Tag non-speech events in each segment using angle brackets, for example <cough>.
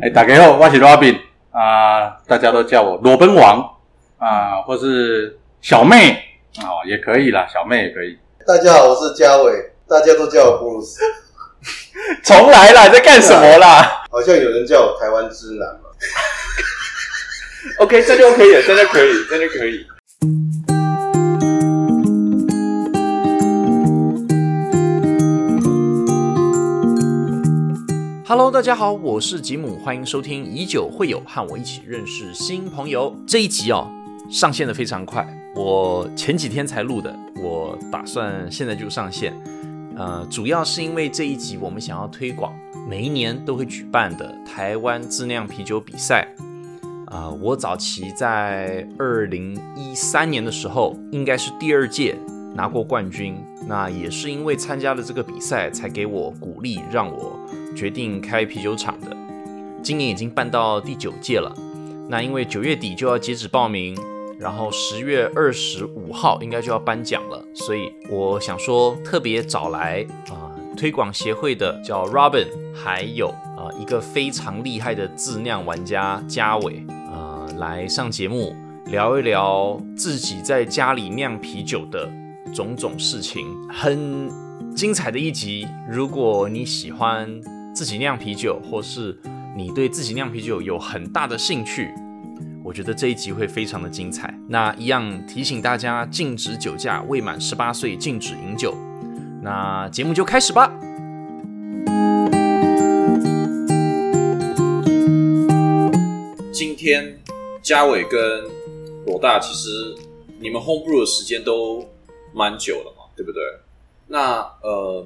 哎，大家好，我是 Robin 啊、大家都叫我裸奔王啊、或是小妹啊、也可以啦，小妹也可以。大家好，我是嘉伟，大家都叫我布鲁斯，重来啦，你在干什么啦好像有人叫我台湾之男嘛。 ？OK，这就可以了，这就可以，这就可以。Hello，大家好，我是吉姆，欢迎收听以酒会友，和我一起认识新朋友。这一集哦，上线的非常快，我前几天才录的，我打算现在就上线。呃，主要是因为这一集我们想要推广每一年都会举办的台湾自酿啤酒比赛。啊、我早期在二零一三年的时候，应该是第二届拿过冠军。那也是因为参加了这个比赛，才给我鼓励，让我决定开啤酒厂的。今年已经办到第九届了。那因为九月底就要截止报名，然后十月二十五号应该就要颁奖了，所以我想说特别找来啊、推广协会的叫 Robin，还有啊、一个非常厉害的自酿玩家嘉伟啊、来上节目聊一聊自己在家里酿啤酒的种种事情，很精彩的一集。如果你喜欢自己酿啤酒，或是你对自己酿啤酒有很大的兴趣，我觉得这一集会非常的精彩。那一样提醒大家，禁止酒驾，未满十八岁禁止饮酒。那节目就开始吧。今天嘉伟跟罗大，其实你们 homebrew 的时间都蛮久了嘛，对不对？那呃，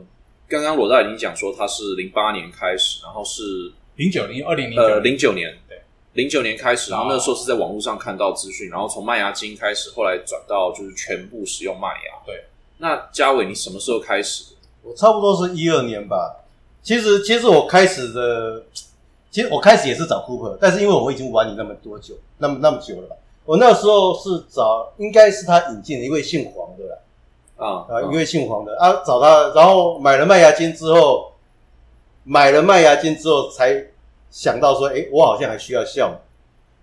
刚刚罗大已经讲说他是零八年开始，然后是零九零二零零呃九零九年，对，零九年开始，然后哦那时候是在网络上看到资讯，然后从麦芽精开始，后来转到就是全部使用麦芽。对，那嘉伟，你什么时候开始？我差不多是一二年吧。其实，其实我开始的，其实我开始也是找 Cooper，但是因为我已经玩你那么多久，那么那么久了吧。我那时候是找，应该是他引进的一位姓黄的啦，啊啊，一位姓黄的啊，找他，然后买了麦芽精之后，买了麦芽精之后才想到说，诶，我好像还需要酵母。啊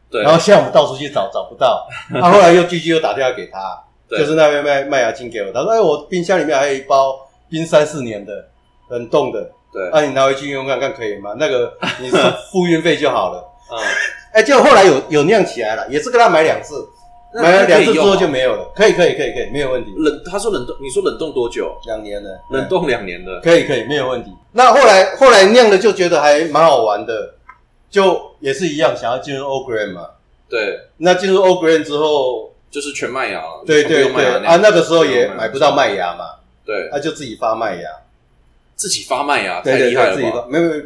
对，然后现在我们到处去找，找不 <laughs> 到。他、后来又继续又打电话给他，对就是那位麦麦芽精给我，他说：“哎，我冰箱里面还有一包冰三四年的冷冻的，对，啊，你拿回去用看看可以吗？那个你付运费就好 <laughs> 了。嗯，”哎，结果后来有有酿起来了，也是跟他买两次，那买了两可次之以用后吗就没有了。可以，可以，可以，可以，没有问题。冷，他说冷冻，你说冷冻多久？两年了，冷冻两年的，可以可以，没有问题。那后来后来酿的就觉得还蛮好玩的，就也是一样想要进入 O Grand 嘛。对，那进入 O Grand 之后，就是全麦芽了，对全部对用麦对芽啊，酿那个时候也买不到麦芽嘛，对，他、就自己发麦芽，自己发麦芽对太对厉害对，自己了发吧？，没有没有，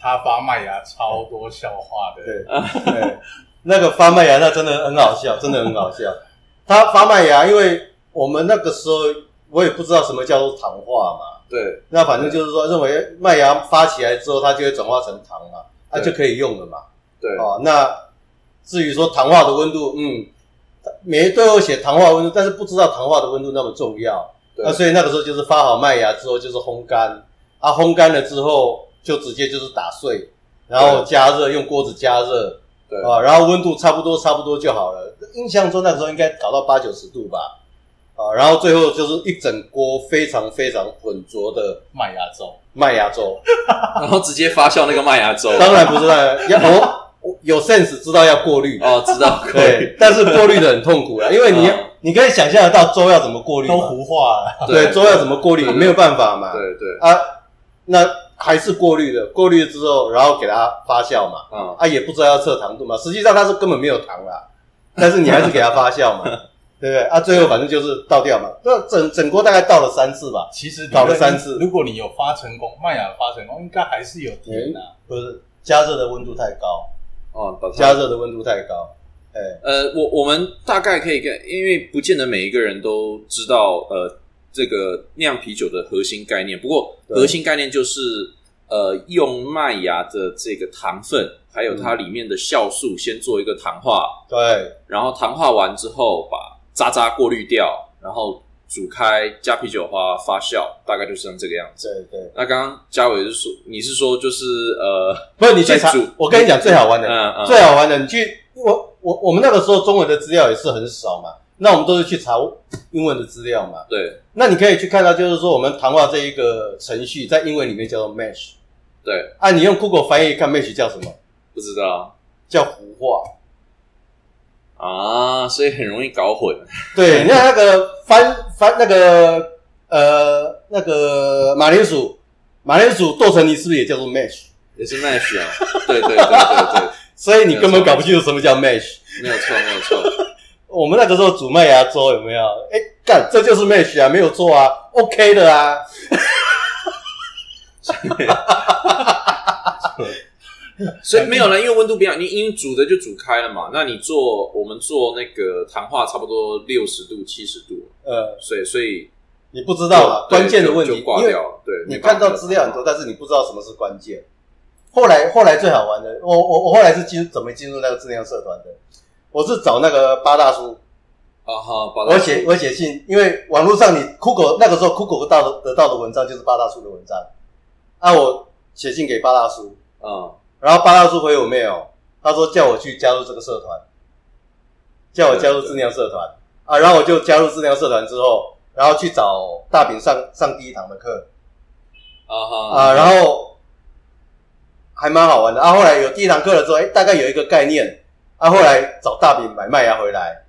他发麦芽超多笑话的，对对，那个发麦芽那真的很好笑，真的很好笑。他发麦芽，因为我们那个时候我也不知道什么叫做糖化嘛，对，那反正就是说认为麦芽发起来之后，它就会转化成糖嘛，它、就可以用了嘛。对，哦，那至于说糖化的温度，嗯，每一都有写糖化温度，但是不知道糖化的温度那么重要。对那所以那个时候就是发好麦芽之后就是烘干，啊，烘干了之后就直接就是打碎，然后加热，用锅子加热，对啊，然后温度差不多差不多就好了。印象中那时候应该搞到八九十度吧，啊，然后最后就是一整锅非常非常浑浊的麦芽粥，麦芽哦粥。然后直接发酵那个麦 <laughs> 芽粥。当然不是啦，要我我有 sense 知道要过滤，哦，知道，对，但是过滤的很痛苦啦，啊因为你、嗯你可以想象得到粥要怎么过滤嘛，都糊化了。 <laughs> 对，粥要怎么过滤，对没有办法嘛，对对，啊，那还是过滤的，过滤了之后，然后给它发酵嘛，嗯，啊，也不知道要测糖度嘛，实际上它是根本没有糖 <laughs> 啦，但是你还是给它发酵嘛， <laughs> 对不对？啊，最后反正就是倒掉嘛，那整整锅大概倒了三次吧，其实搞了三次如果你有发成功，麦芽发成功，应该还是有甜嗯啊。不是加热的温度太高，哦，把它加热的温度太高，哎、呃，我我们大概可以跟，因为不见得每一个人都知道，呃，这个酿啤酒的核心概念。不过对核心概念就是，呃，用麦芽的这个糖分，还有嗯它里面的酵素，先做一个糖化，对。然后糖化完之后把渣渣过滤掉，然后煮开加啤酒花发酵，大概就是像这个样子。对对，那刚刚嘉伟是说，你是说就是呃，不是你去在查煮，我跟你讲最好玩的，嗯嗯，最好玩的，你去我我我们那个时候中文的资料也是很少嘛，那我们都是去查英文的资料嘛。对那你可以去看到，就是说我们谈话这一个程序在英文里面叫做 Mesh 对，啊，你用 Google 翻译看 Mesh 叫什么？不知道叫糊化。啊，所以很容易搞混。对，你看那个翻翻那个呃那个马铃薯，马铃薯剁成泥是不是也叫做 Mesh？也是 Mesh <laughs> 啊，对对对对对，所以你根本搞不清楚什么叫 Mesh。没有错没有错，我们那个时候煮麦芽粥有没有？哎、干，这就是 Mesh 啊，没有错啊，OK 的啊。所以没有了，因为温度不一样，你因为煮的就煮开了嘛。那你做我们做那个糖化差不多六十度七十度，呃，所以所以你不知道啊，对关键的就问题，就挂因为掉了。对，你没办看法到资料很多，但是你不知道什么是关键。后来后来最好玩的，我我我后来是进怎么进入那个质量社团的？我是找那个八大叔，啊哈，把它我写我写信，因为网络上你酷狗那个时候酷狗得到的得到的文章就是八大叔的文章，啊，我写信给八大叔，啊然后八大叔回我 mail，他说叫我去加入这个社团，叫我加入质量社团啊，然后我就加入质量社团之后，然后去找大饼上上第一堂的课，啊哈啊，然后还蛮好玩的啊。后来有第一堂课了之后，哎，大概有一个概念啊。后来找大饼买麦芽回来，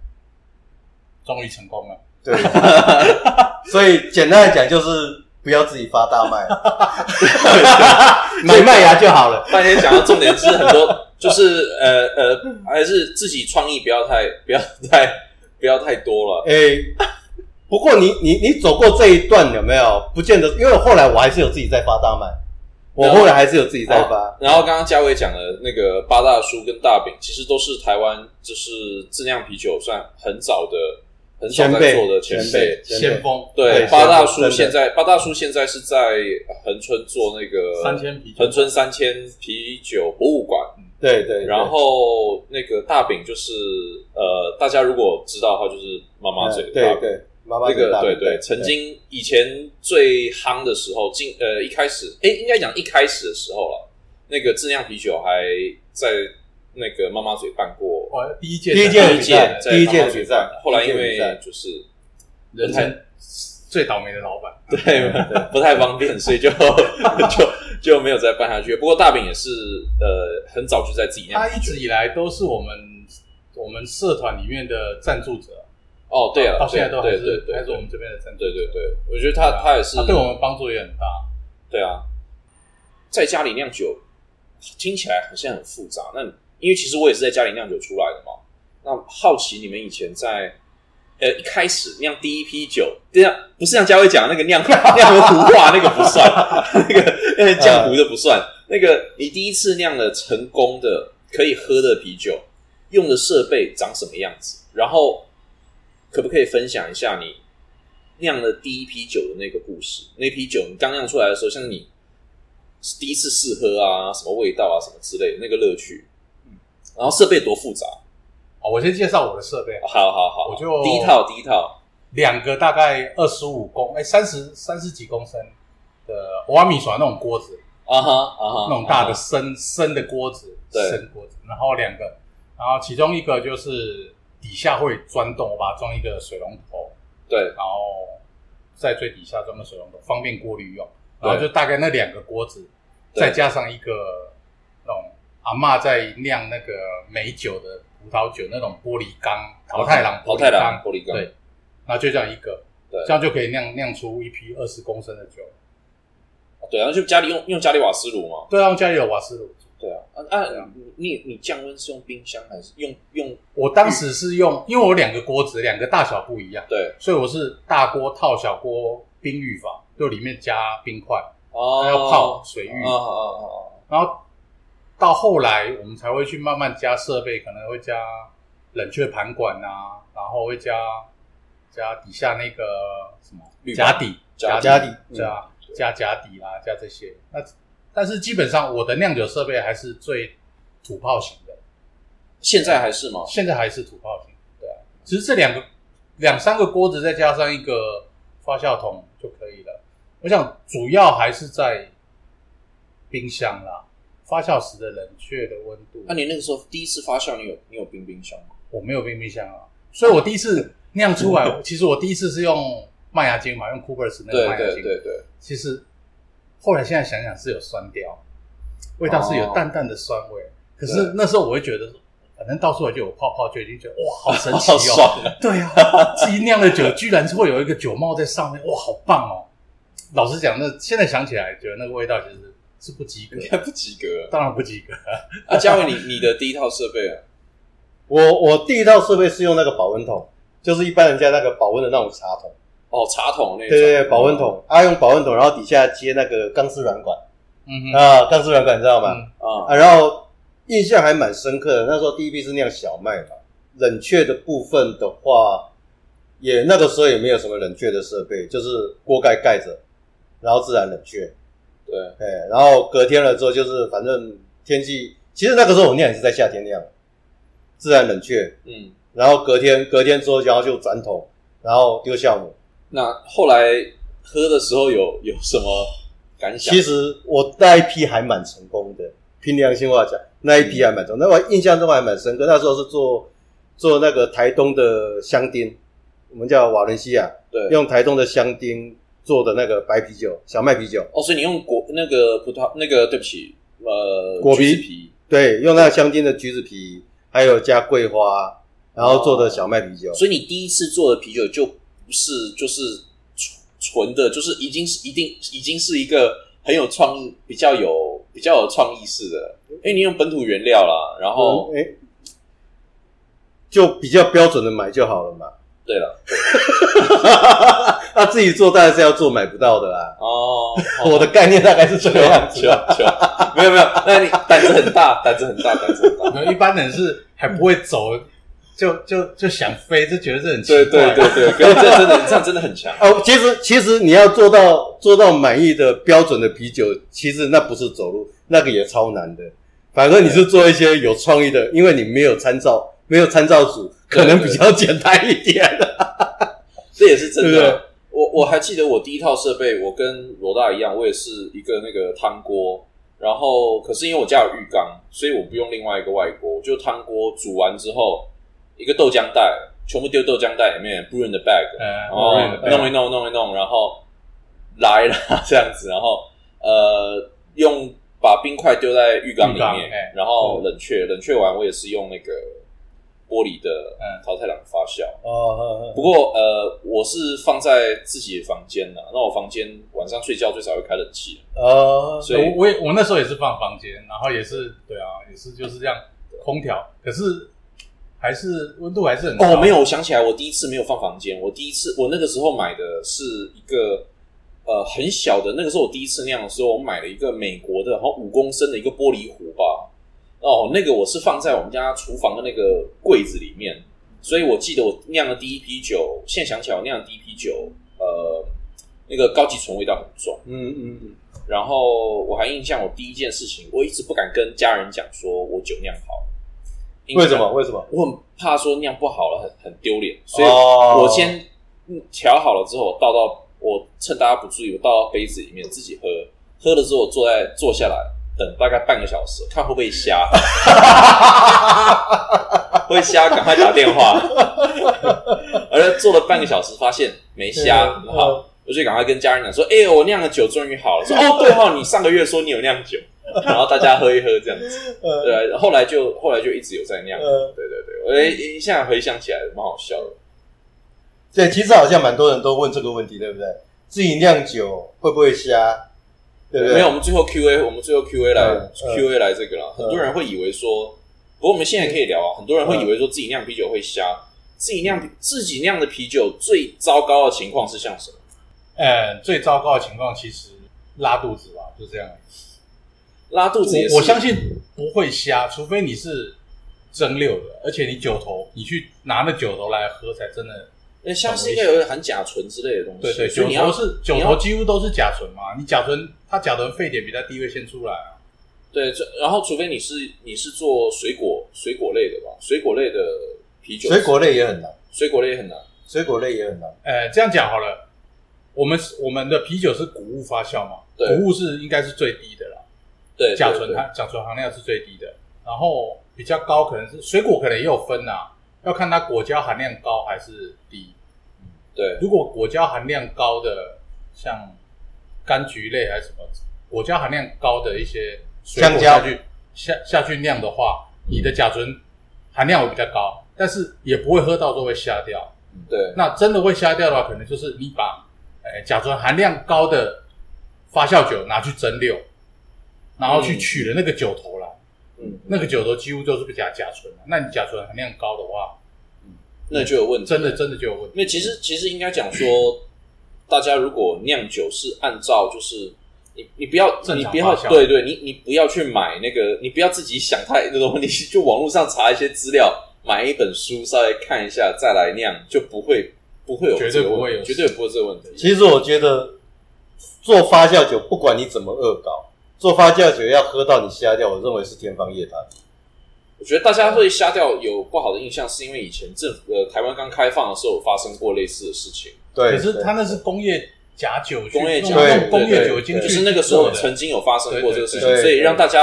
终于成功了。 <laughs> 对。所以简单来讲就是不要自己发大麦， <laughs> 买麦芽就好了。半天讲到重点是很多，就是呃呃，还是自己创意不要太不要太不要太多了。哎，不过你你你走过这一段有没有？不见得，因为后来我还是有自己在发大麦，我后来还是有自己在发。然后刚刚嘉伟讲的那个八大叔跟大饼，其实都是台湾就是质量啤酒算很早的、很早前在辈做的前辈。前先辈，锋对对，八大真叔的现在八大叔现在是在恒春做那个三千啤酒恒春三千啤酒博物馆，对对。对然后那个大饼就是呃，大家如果知道的话，就是妈妈嘴嗯的大对饼。对，妈妈那最个大对饼对，曾经以前最夯的时候，进呃一开始，哎，应该讲一开始的时候了，那个质量啤酒还在那个妈妈嘴办过哇，哦第一届第一届的一比届赛，，在第一届妈妈的嘴比赛办，后来因第一届的为比赛就是人生最倒霉的老板，对 <laughs> 不太方便，所以 <laughs> 就就就没有再办下去。不过大饼也是呃很早就在自己酿他啤一酒直以来都是我们我们社团里面的赞助者，哦，对了，到现在都还对是对还对是我对们这边的赞助对者。对对，我觉得他他也是他对我们帮助也很大。对啊，在家里酿酒听起来好像很复杂。那你因为其实我也是在家里酿酒出来的嘛。那好奇你们以前在呃一开始酿第一批酒，这样不是像嘉威讲的那个酿 <laughs> 酿糊化那个不算， <laughs> 那个那个酱糊的不算。那个你第一次酿了成功的可以喝的啤酒，用的设备长什么样子？然后可不可以分享一下你酿了第一批酒的那个故事？那批酒你刚酿出来的时候，像是你第一次试喝啊，什么味道啊，什么之类的那个乐趣。然后设备多复杂，哦，我先介绍我的设备，好好好，我就第一套第一套两个大概二十五公哎三十三十几公升的瓦米耍那种锅子，啊哈啊哈，那种大的啊哈深深的锅子，对深锅子，然后两个，然后其中一个就是底下会钻洞，我把它装一个水龙头，对然后在最底下装个水龙头，方便过滤用。然后就大概那两个锅子，对再加上一个那种阿嬷在酿那个美酒的葡萄酒那种玻璃缸，桃太郎桃玻太璃郎缸，啊玻璃缸，对，然后就这样一个，对这样就可以酿酿出一批二十公升的酒。啊对，然后就家里用用家里瓦斯炉嘛，对啊，我家里有瓦斯炉，对啊，啊啊啊，你你你降温是用冰箱还是用用？我当时是用，因为我两个锅子两个大小不一样，对所以我是大锅套小锅冰浴法，就里面加冰块，哦，要泡水浴，啊啊啊啊！然后到后来我们才会去慢慢加设备，可能会加冷却盘管啊，然后会加加底下那个什么滤夹网底、嗯夹家底加加夹底啦、加这些。那但是基本上我的酿酒设备还是最土炮型的，现在还是吗？现在还是土炮型。对啊，其实这两个两三个锅子再加上一个发酵桶就可以了。我想主要还是在冰箱啦，发酵时的冷却的温度。啊那、你那个时候第一次发酵，你有你有冰冰箱吗？我没有冰冰箱啊，所以我第一次酿出来， <laughs> 其实我第一次是用麦芽精嘛，用 Coopers 那对个麦芽对精。对对，其实后来现在想想是有酸掉，味道是哦有淡淡的酸味。可是那时候我会觉得，反正到处来就有泡泡，就已经觉得哇，好神奇 <laughs> 好哦！爽啊！ <laughs> 对啊，自己酿的酒居然是会有一个酒帽在上面，哇，好棒哦！老实讲，那现在想起来，觉得那个味道其实是不 <laughs> 及格应，该不及格。当然不及格。啊，嘉伟，你你的第一套设备啊，我我第一套设备是用那个保温桶，就是一般人家那个保温的那种茶桶，哦，茶桶那对种对对，保温。桶，啊用保温桶，然后底下接那个钢丝软管嗯哼，啊，钢丝软管你知道吗？嗯啊，啊，然后印象还蛮深刻的，那时候第一批是酿小麦嘛，冷却的部分的话，也那个时候也没有什么冷却的设备，就是锅盖盖着，然后自然冷却，对，哎，然后隔天了之后就是反正天气，其实那个时候我酿也是在夏天酿，自然冷却，嗯，然后隔天隔天之后，然后就转桶，然后丢酵母。那后来喝的时候有有什么感想？其实我那一批还蛮成功的，凭良心话讲，那一批还蛮成功。那我印象中还蛮深刻，那时候是做做那个台东的香槟，我们叫瓦伦西亚，对，用台东的香槟做的那个白啤酒，小麦啤酒，哦，所以你用果那个葡萄那个，对不起，呃，果皮橘子皮，对，用那个香槟的橘子皮，还有加桂花，然后做的小麦啤酒。所以你第一次做的啤酒就不是就是纯纯的，就是已经是一定已经是一个很有创意、比较有比较有创意式的，因为你用本土原料啦，然后、嗯诶就比较标准的买就好了嘛。对了，那自己做当然是要做买不到的啦。 <laughs> 哦，我的概念大概是这个样子球啊。球，没有没有，那你胆子很大，胆子很大，胆子很大，没有一般人是还不会走，就就就想飞，就觉得这很奇对怪。对对对，可是这真的这样真的很强，哦，其实其实你要做到做到满意的标准的啤酒，其实那不是走路，那个也超难的。反正你是做一些有创意的，因为你没有参照，没有参照组，可能比较简单一点。这也是真对不对的。啊我我还记得我第一套设备，我跟罗大一样，我也是一个那个汤锅，然后可是因为我家有浴缸，所以我不用另外一个外锅，就汤锅煮完之后，一个豆浆袋全部丢豆浆袋里面，brewing 的 bag，呃，然后我认为弄一弄弄一弄，然后来啦这样子，然后呃用把冰块丢在浴缸里浴缸面哎，然后冷却，冷却完我也是用那个玻璃的嗯淘汰郎发酵。哦，不过呃，我是放在自己的房间的，那我房间晚上睡觉最少会开冷气，哦，所以我我也我那时候也是放房间，然后也是对啊，也是就是这样空调，可是还是温度还是很高哦，没有，我想起来，我第一次没有放房间，我第一次我那个时候买的是一个呃很小的，那个时候我第一次酿的时候，我买了一个美国的，好像五公升的一个玻璃壶吧。哦，那个我是放在我们家厨房的那个柜子里面，所以我记得我酿的第一批酒，现在想起来我酿的第一批酒，呃，那个高级醇味道很重。嗯嗯嗯，然后我还印象，我第一件事情，我一直不敢跟家人讲，说我酒酿好了。为什么？？为什么？我很怕说酿不好了很很丢脸，所以哦我先嗯调好了之后，我倒到我趁大家不注意，我倒到杯子里面自己喝。喝了之后，我坐在坐下来等大概半个小时，看会不会瞎， <laughs> 会瞎赶快打电话。而坐了半个小时，发现没瞎，嗯好，我就赶快跟家人讲说：“哎、我酿的酒终于好了。”说：“哦，对哦，你上个月说你有酿酒，然后大家喝一喝这样子。”呃对啊，后来就后来就一直有在酿。呃，对对对，我一一下回想起来，蛮好笑的。对，其实好像蛮多人都问这个问题，对不对？自己酿酒会不会瞎？对不对？没有，我们最后 Q A，我们最后 Q A 来、嗯嗯 Q A 来这个啦。很多人会以为说，不过我们现在可以聊嗯啊。很多人会以为说自己酿啤酒会瞎，自己酿自己酿的啤酒最糟糕的情况是像什么？呃，最糟糕的情况其实拉肚子吧，就这样。拉肚子也是，我我相信不会瞎，除非你是蒸馏的，而且你酒头，你去拿那酒头来喝才真的。那像欸是应该有点含甲醇之类的东西。对对，所以酒你要头是酒你头要几乎都是甲醇嘛，你甲醇它甲醇沸点比它低位先出来啊。对，这然后除非你是你是做水果水果类的吧，水果类的啤酒，水果类也很难，水果类很难。水果类也很难。呃，这样讲好了，我们是我们的啤酒是谷物发酵嘛，对谷物是应该是最低的啦，对，甲对醇含甲醇含量是最低的，然后比较高可能是水果，可能也有分啊，要看它果胶含量高还是低。对，如果果胶含量高的，像柑橘类还是什么，果胶含量高的一些水果香蕉下去下下去酿的话，你的甲醇含量会比较高，但是也不会喝到都会瞎掉。对，那真的会瞎掉的话，可能就是你把呃甲醇含量高的发酵酒拿去蒸馏，然后去嗯取了那个酒头来，嗯，那个酒头几乎都是不加甲醇的。那你甲醇含量高的话，那就有问题。真的真的就有问题。因为其实其实应该讲说，大家如果酿酒是按照就是你你不要正你常不要发酵对对，你你不要去买那个，你不要自己想太多，你就网络上查一些资料，买一本书稍微看一下再来酿，就不会不会有绝对这个问不会有绝对不会有这个问题。其实我觉得做发酵酒，不管你怎么恶搞，做发酵酒要喝到你瞎掉，我认为是天方夜谭。我觉得大家对虾掉有不好的印象，是因为以前政府呃台湾刚开放的时候有发生过类似的事情，对，可是它对那是工业假酒去，工业酒弄对弄工业酒精就去是那个时候做的曾经有发生过这个事情对，对对所以让大家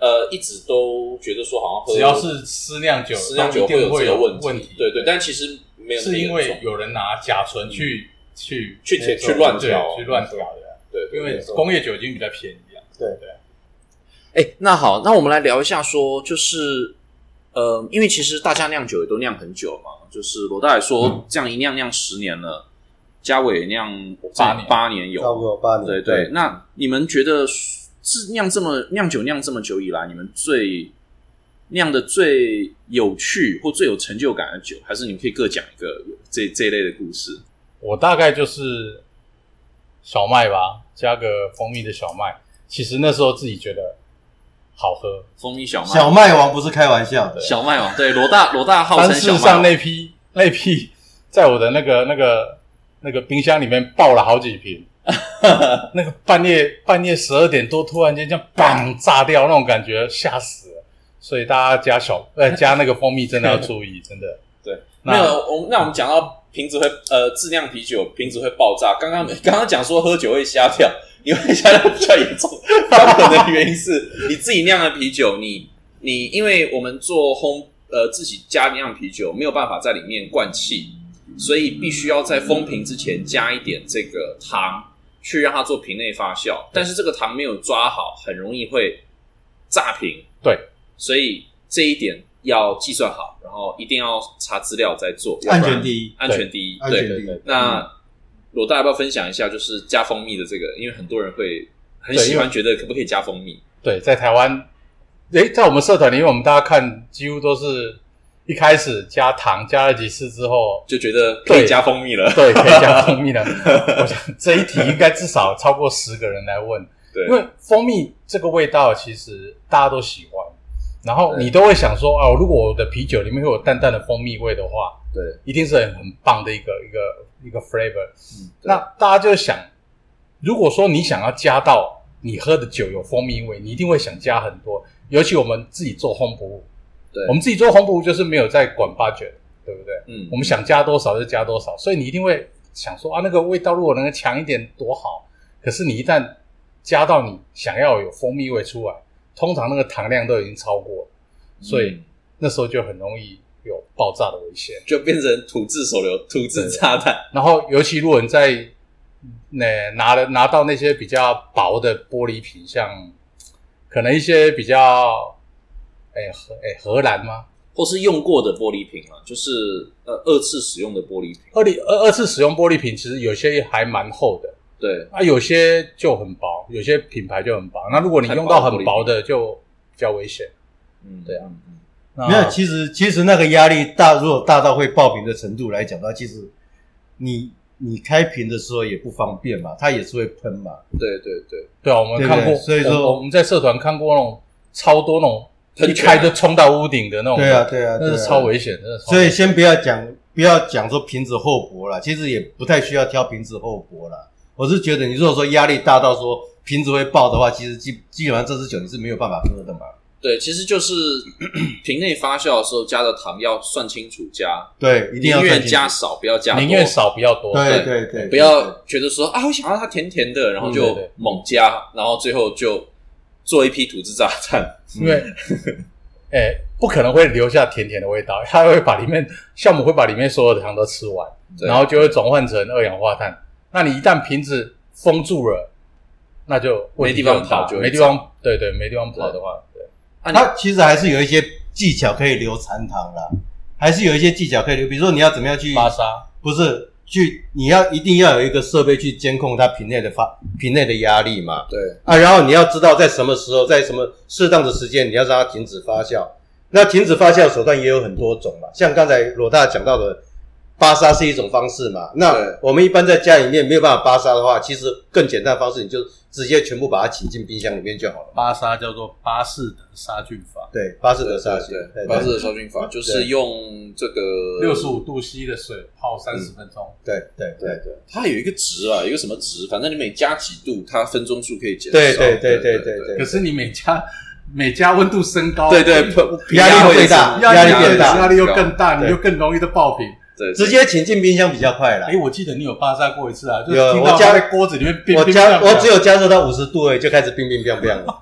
呃一直都觉得说好像喝只要是私酿酒，私酿都一酒会定有这有个问题。对对，但其实没有那么是因严为重有人拿甲醇嗯去、去去对去乱对调啊嗯去乱调的，对对因为没错工业酒精比较便宜啊。哎、那好，那我们来聊一下说，就是呃，因为其实大家酿酒也都酿很久了嘛，就是罗大爷说、这样一酿酿十年了，嘉伟酿八八年八年差不有，多八年。对对。那你们觉得是酿这么酿酒酿这么久以来，你们最酿的最有趣或最有成就感的酒，还是你们可以各讲一个这这一类的故事？我大概就是小麦吧，加个蜂蜜的小麦。其实那时候自己觉得好喝，蜂蜜小麦，小麦王不是开玩笑的，小麦王，对罗大罗大号但称事小实麦上王，那批那批在我的那个那个那个冰箱里面爆了好几 <laughs> 瓶，那个半夜半夜十二点多突然间这样砰炸掉那种感觉，吓死了。所以大家加小呃加那个蜂蜜真的要注意，真的。 <laughs> 对，那没有，我们那我们讲到瓶子会呃质量啤酒瓶子会爆炸，刚刚刚刚讲说喝酒会瞎掉，你会瞎掉比较严重，有可能的原因是你自己酿的啤酒，你你因为我们做烘呃自己家酿啤酒没有办法在里面灌气，所以必须要在封瓶之前加一点这个糖去让它做瓶内发酵，但是这个糖没有抓好，很容易会炸瓶。对，所以这一点要计算好，然后一定要查资料再做，安全第一，安全第一。安对全第对一。那罗大要不要分享一下，就是加蜂蜜的这个？因为很多人会很对喜因欢，觉得可不可以加蜂蜜？对，在台湾，诶，在我们社团里面，我们大家看几乎都是一开始加糖加了几次之后，就觉得可以对加蜂蜜了。对，可以加蜂 <laughs> 蜜的。我想这一题应该至少超过十个人来问，对因为蜂蜜这个味道其实大家都喜欢，然后对你都会想说，哦，如果我的啤酒里面会有淡淡的蜂蜜味的话，对，一定是很很棒的一个一个一个 flavor。嗯那大家就想，如果说你想要加到你喝的酒有蜂蜜味，你一定会想加很多。尤其我们自己做烘焙，对我们自己做烘焙就是没有在管八卷，对不对？嗯我们想加多少就加多少，所以你一定会想说啊，那个味道如果能够强一点多好。可是你一旦加到你想要有蜂蜜味出来，通常那个糖量都已经超过了，所以嗯那时候就很容易有爆炸的危险。就变成土制手榴、土制炸弹。然后尤其如果你在那、呃拿了拿到那些比较薄的玻璃瓶，像可能一些比较哎荷哎荷兰吗？或是用过的玻璃瓶啊，就是呃二次使用的玻璃瓶，二零二二次使用玻璃瓶，其实有些还蛮厚的，对，啊，有些就很薄，有些品牌就很薄。那如果你用到很薄的，就比较危险。嗯，对啊嗯，嗯那没有，其实其实那个压力大，如果大到会爆瓶的程度来讲，那其实你你开瓶的时候也不方便嘛，它也是会喷嘛。对对对，对啊，我们对不看过，对所以说我们我们在社团看过那种超多那种喷一泉开就冲到屋顶的那种，对啊，，对啊，对哦那啊是超危险，真的超危所险。以先不要讲，不要讲说瓶子厚薄啦，其实也不太需要挑瓶子厚薄啦。我是觉得，你如果说压力大到说瓶子会爆的话，其实基基本上这支酒你是没有办法喝的嘛。对，其实就是瓶内发酵的时候加的糖要算清楚加，对，一定要算宁愿进去加，少，不要加多，宁愿少不要多。对对对，不要觉得说啊，我想要它甜甜的，然后嗯对就对猛加，然后最后就做一批土制炸弹。因 <laughs> 为，哎、不可能会留下甜甜的味道，它会把里面酵母会把里面所有的糖都吃完，对啊然后就会转换成二氧化碳。那你一旦瓶子封住了，那就问题没地方很大跑就会没地方，对对，没地方跑的话，对，啊，它其实还是有一些技巧可以留残糖啦，还是有一些技巧可以留，比如说你要怎么样去巴沙不是去，你要一定要有一个设备去监控它瓶内的发瓶内的压力嘛对啊，然后你要知道在什么时候，在什么适当的时间，你要让它停止发酵。那停止发酵的手段也有很多种嘛，像刚才罗大讲到的巴沙是一种方式嘛。那对我们一般在家里面没有办法巴沙的话，其实更简单的方式，你就直接全部把它请进冰箱里面就好了。巴沙叫做巴氏德杀菌法，对，巴氏对德杀菌对，对对，巴氏的杀菌法就是对用这个六十五度 C 的水泡三十分钟，对对对对，它有一个值啊，有一个什么值，反正你每加几度，它分钟数可以减少。对对对对对对对可是你每加 <laughs> 每加温度升高，对对，对压力会最大升压压力力变变大，大压力又更大，对你就更容易的爆品。对，直接请进冰箱比较快啦哎、。我记得你有巴沙过一次啊，就是有听到我加它在锅子里面冰我冰加凉我凉只有加热到五十度而已，就开始冰冰冰 <laughs> 冰了。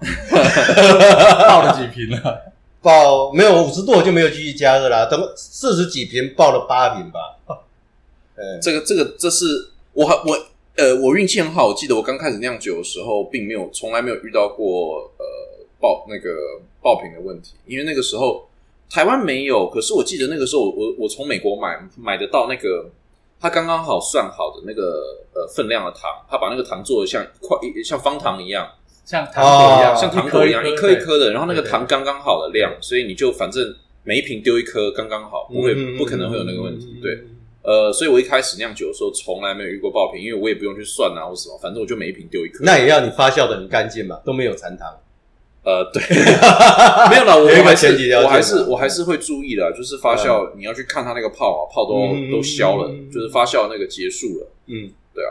倒了几瓶了，爆没有五十度我就没有继续加热啦，等四十几瓶爆了八瓶吧。哦嗯，这个这个这是我还我呃我运气很好，我记得我刚开始酿酒的时候，并没有从来没有遇到过呃爆那个爆品的问题，因为那个时候台湾没有，可是我记得那个时候我我我从美国买买得到那个。他刚刚好算好的那个呃分量的糖，他把那个糖做的像一块一像方糖一样，像糖果一样，哦像糖果一样一颗一对颗的，然后那个对对糖刚刚好的量，所以你就反正每一瓶丢一颗刚刚好，不嗯会不可能会有那个问题。对，呃，所以我一开始酿酒的时候从来没有遇过爆瓶，因为我也不用去算啊或什么，反正我就每一瓶丢一颗。那也要你发酵的很干净嘛，都没有残 <laughs> 糖。呃，对， <laughs> 没有啦，我有一个还前提是条件啊嘛我还是我还是会注意的，啊就是发酵你要去看它那个泡啊，泡都嗯都消了嗯，就是发酵那个结束了。嗯，对啊，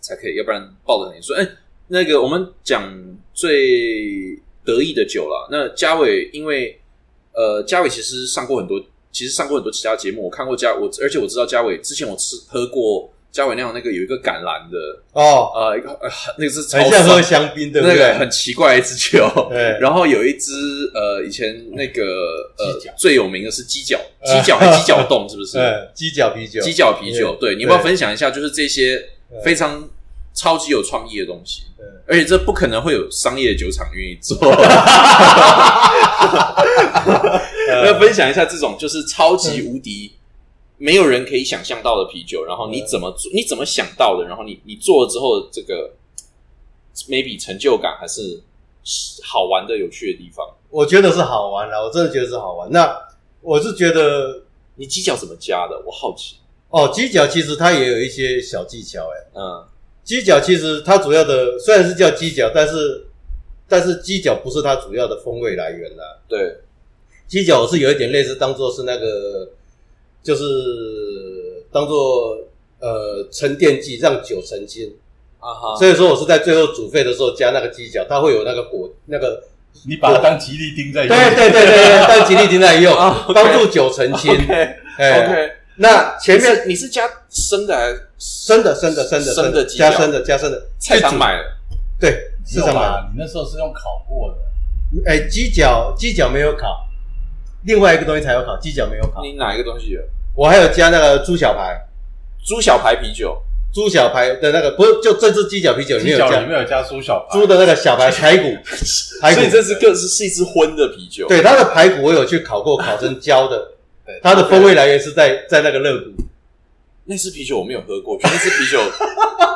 才可以，要不然抱得很严肃。哎、那个我们讲最得意的酒啦。那嘉伟，因为呃，嘉伟其实上过很多，其实上过很多其他节目，我看过嘉我，而且我知道嘉伟之前我吃喝过嘉伟那样那个有一个橄榄的，哦，呃，一个呃那个是超很像酸哎喝香槟，对不哎那对？个很奇怪的一支酒。对，然后有一只呃，以前那个呃鸡脚最有名的是鸡脚，鸡脚还鸡脚冻是不 <laughs> 是？嗯，鸡脚啤酒，呃鸡脚啤酒，对，你要不要分享一下？就是这些对非常超级有创意的东西对，而且这不可能会有商业酒厂愿意 <laughs> 做。呃要分享一下这种就是超级无敌，没有人可以想象到的啤酒，然后你怎么做？你怎么想到的？然后你你做了之后的这个 maybe 成就感还是好玩的、有趣的地方。我觉得是好玩啦，我真的觉得是好玩。那我是觉得你鸡脚怎么加的？我好奇。哦，鸡脚其实它也有一些小技巧，哎，嗯，鸡脚其实它主要的虽然是叫鸡脚，但是但是鸡脚不是它主要的风味来源啦。对，鸡脚我是有一点类似当做是那个，就是当做呃沉淀剂，让酒澄清。啊哈，所以说我是在最后煮沸的时候加那个鸡脚，它会有那个果那个。你把它当吉利丁在对用。对对对对， <laughs> 当吉利丁来用啊，，OK 啊帮助酒澄清。哎， OK。那前面你是你是加生的还是生的生的生的生的鸡加脚生的加生的菜场去煮买的？对市场买。吧？你那时候是用烤过的，哎，鸡脚鸡脚没有烤，另外一个东西才有烤，鸡脚没有烤。啊你哪一个东西有？我还有加那个猪小排。猪小排啤酒，猪小排的那个，不是就这只鸡脚啤酒里鸡面有脚加里面有加酥小排，猪的那个小排排 <laughs> 骨，排骨所以这是个是是一支荤的啤酒。对它的排骨我有去烤过，烤成焦的对。它的风味来源是在在那个肋骨，那支啤酒我没有喝过，我觉得那支啤酒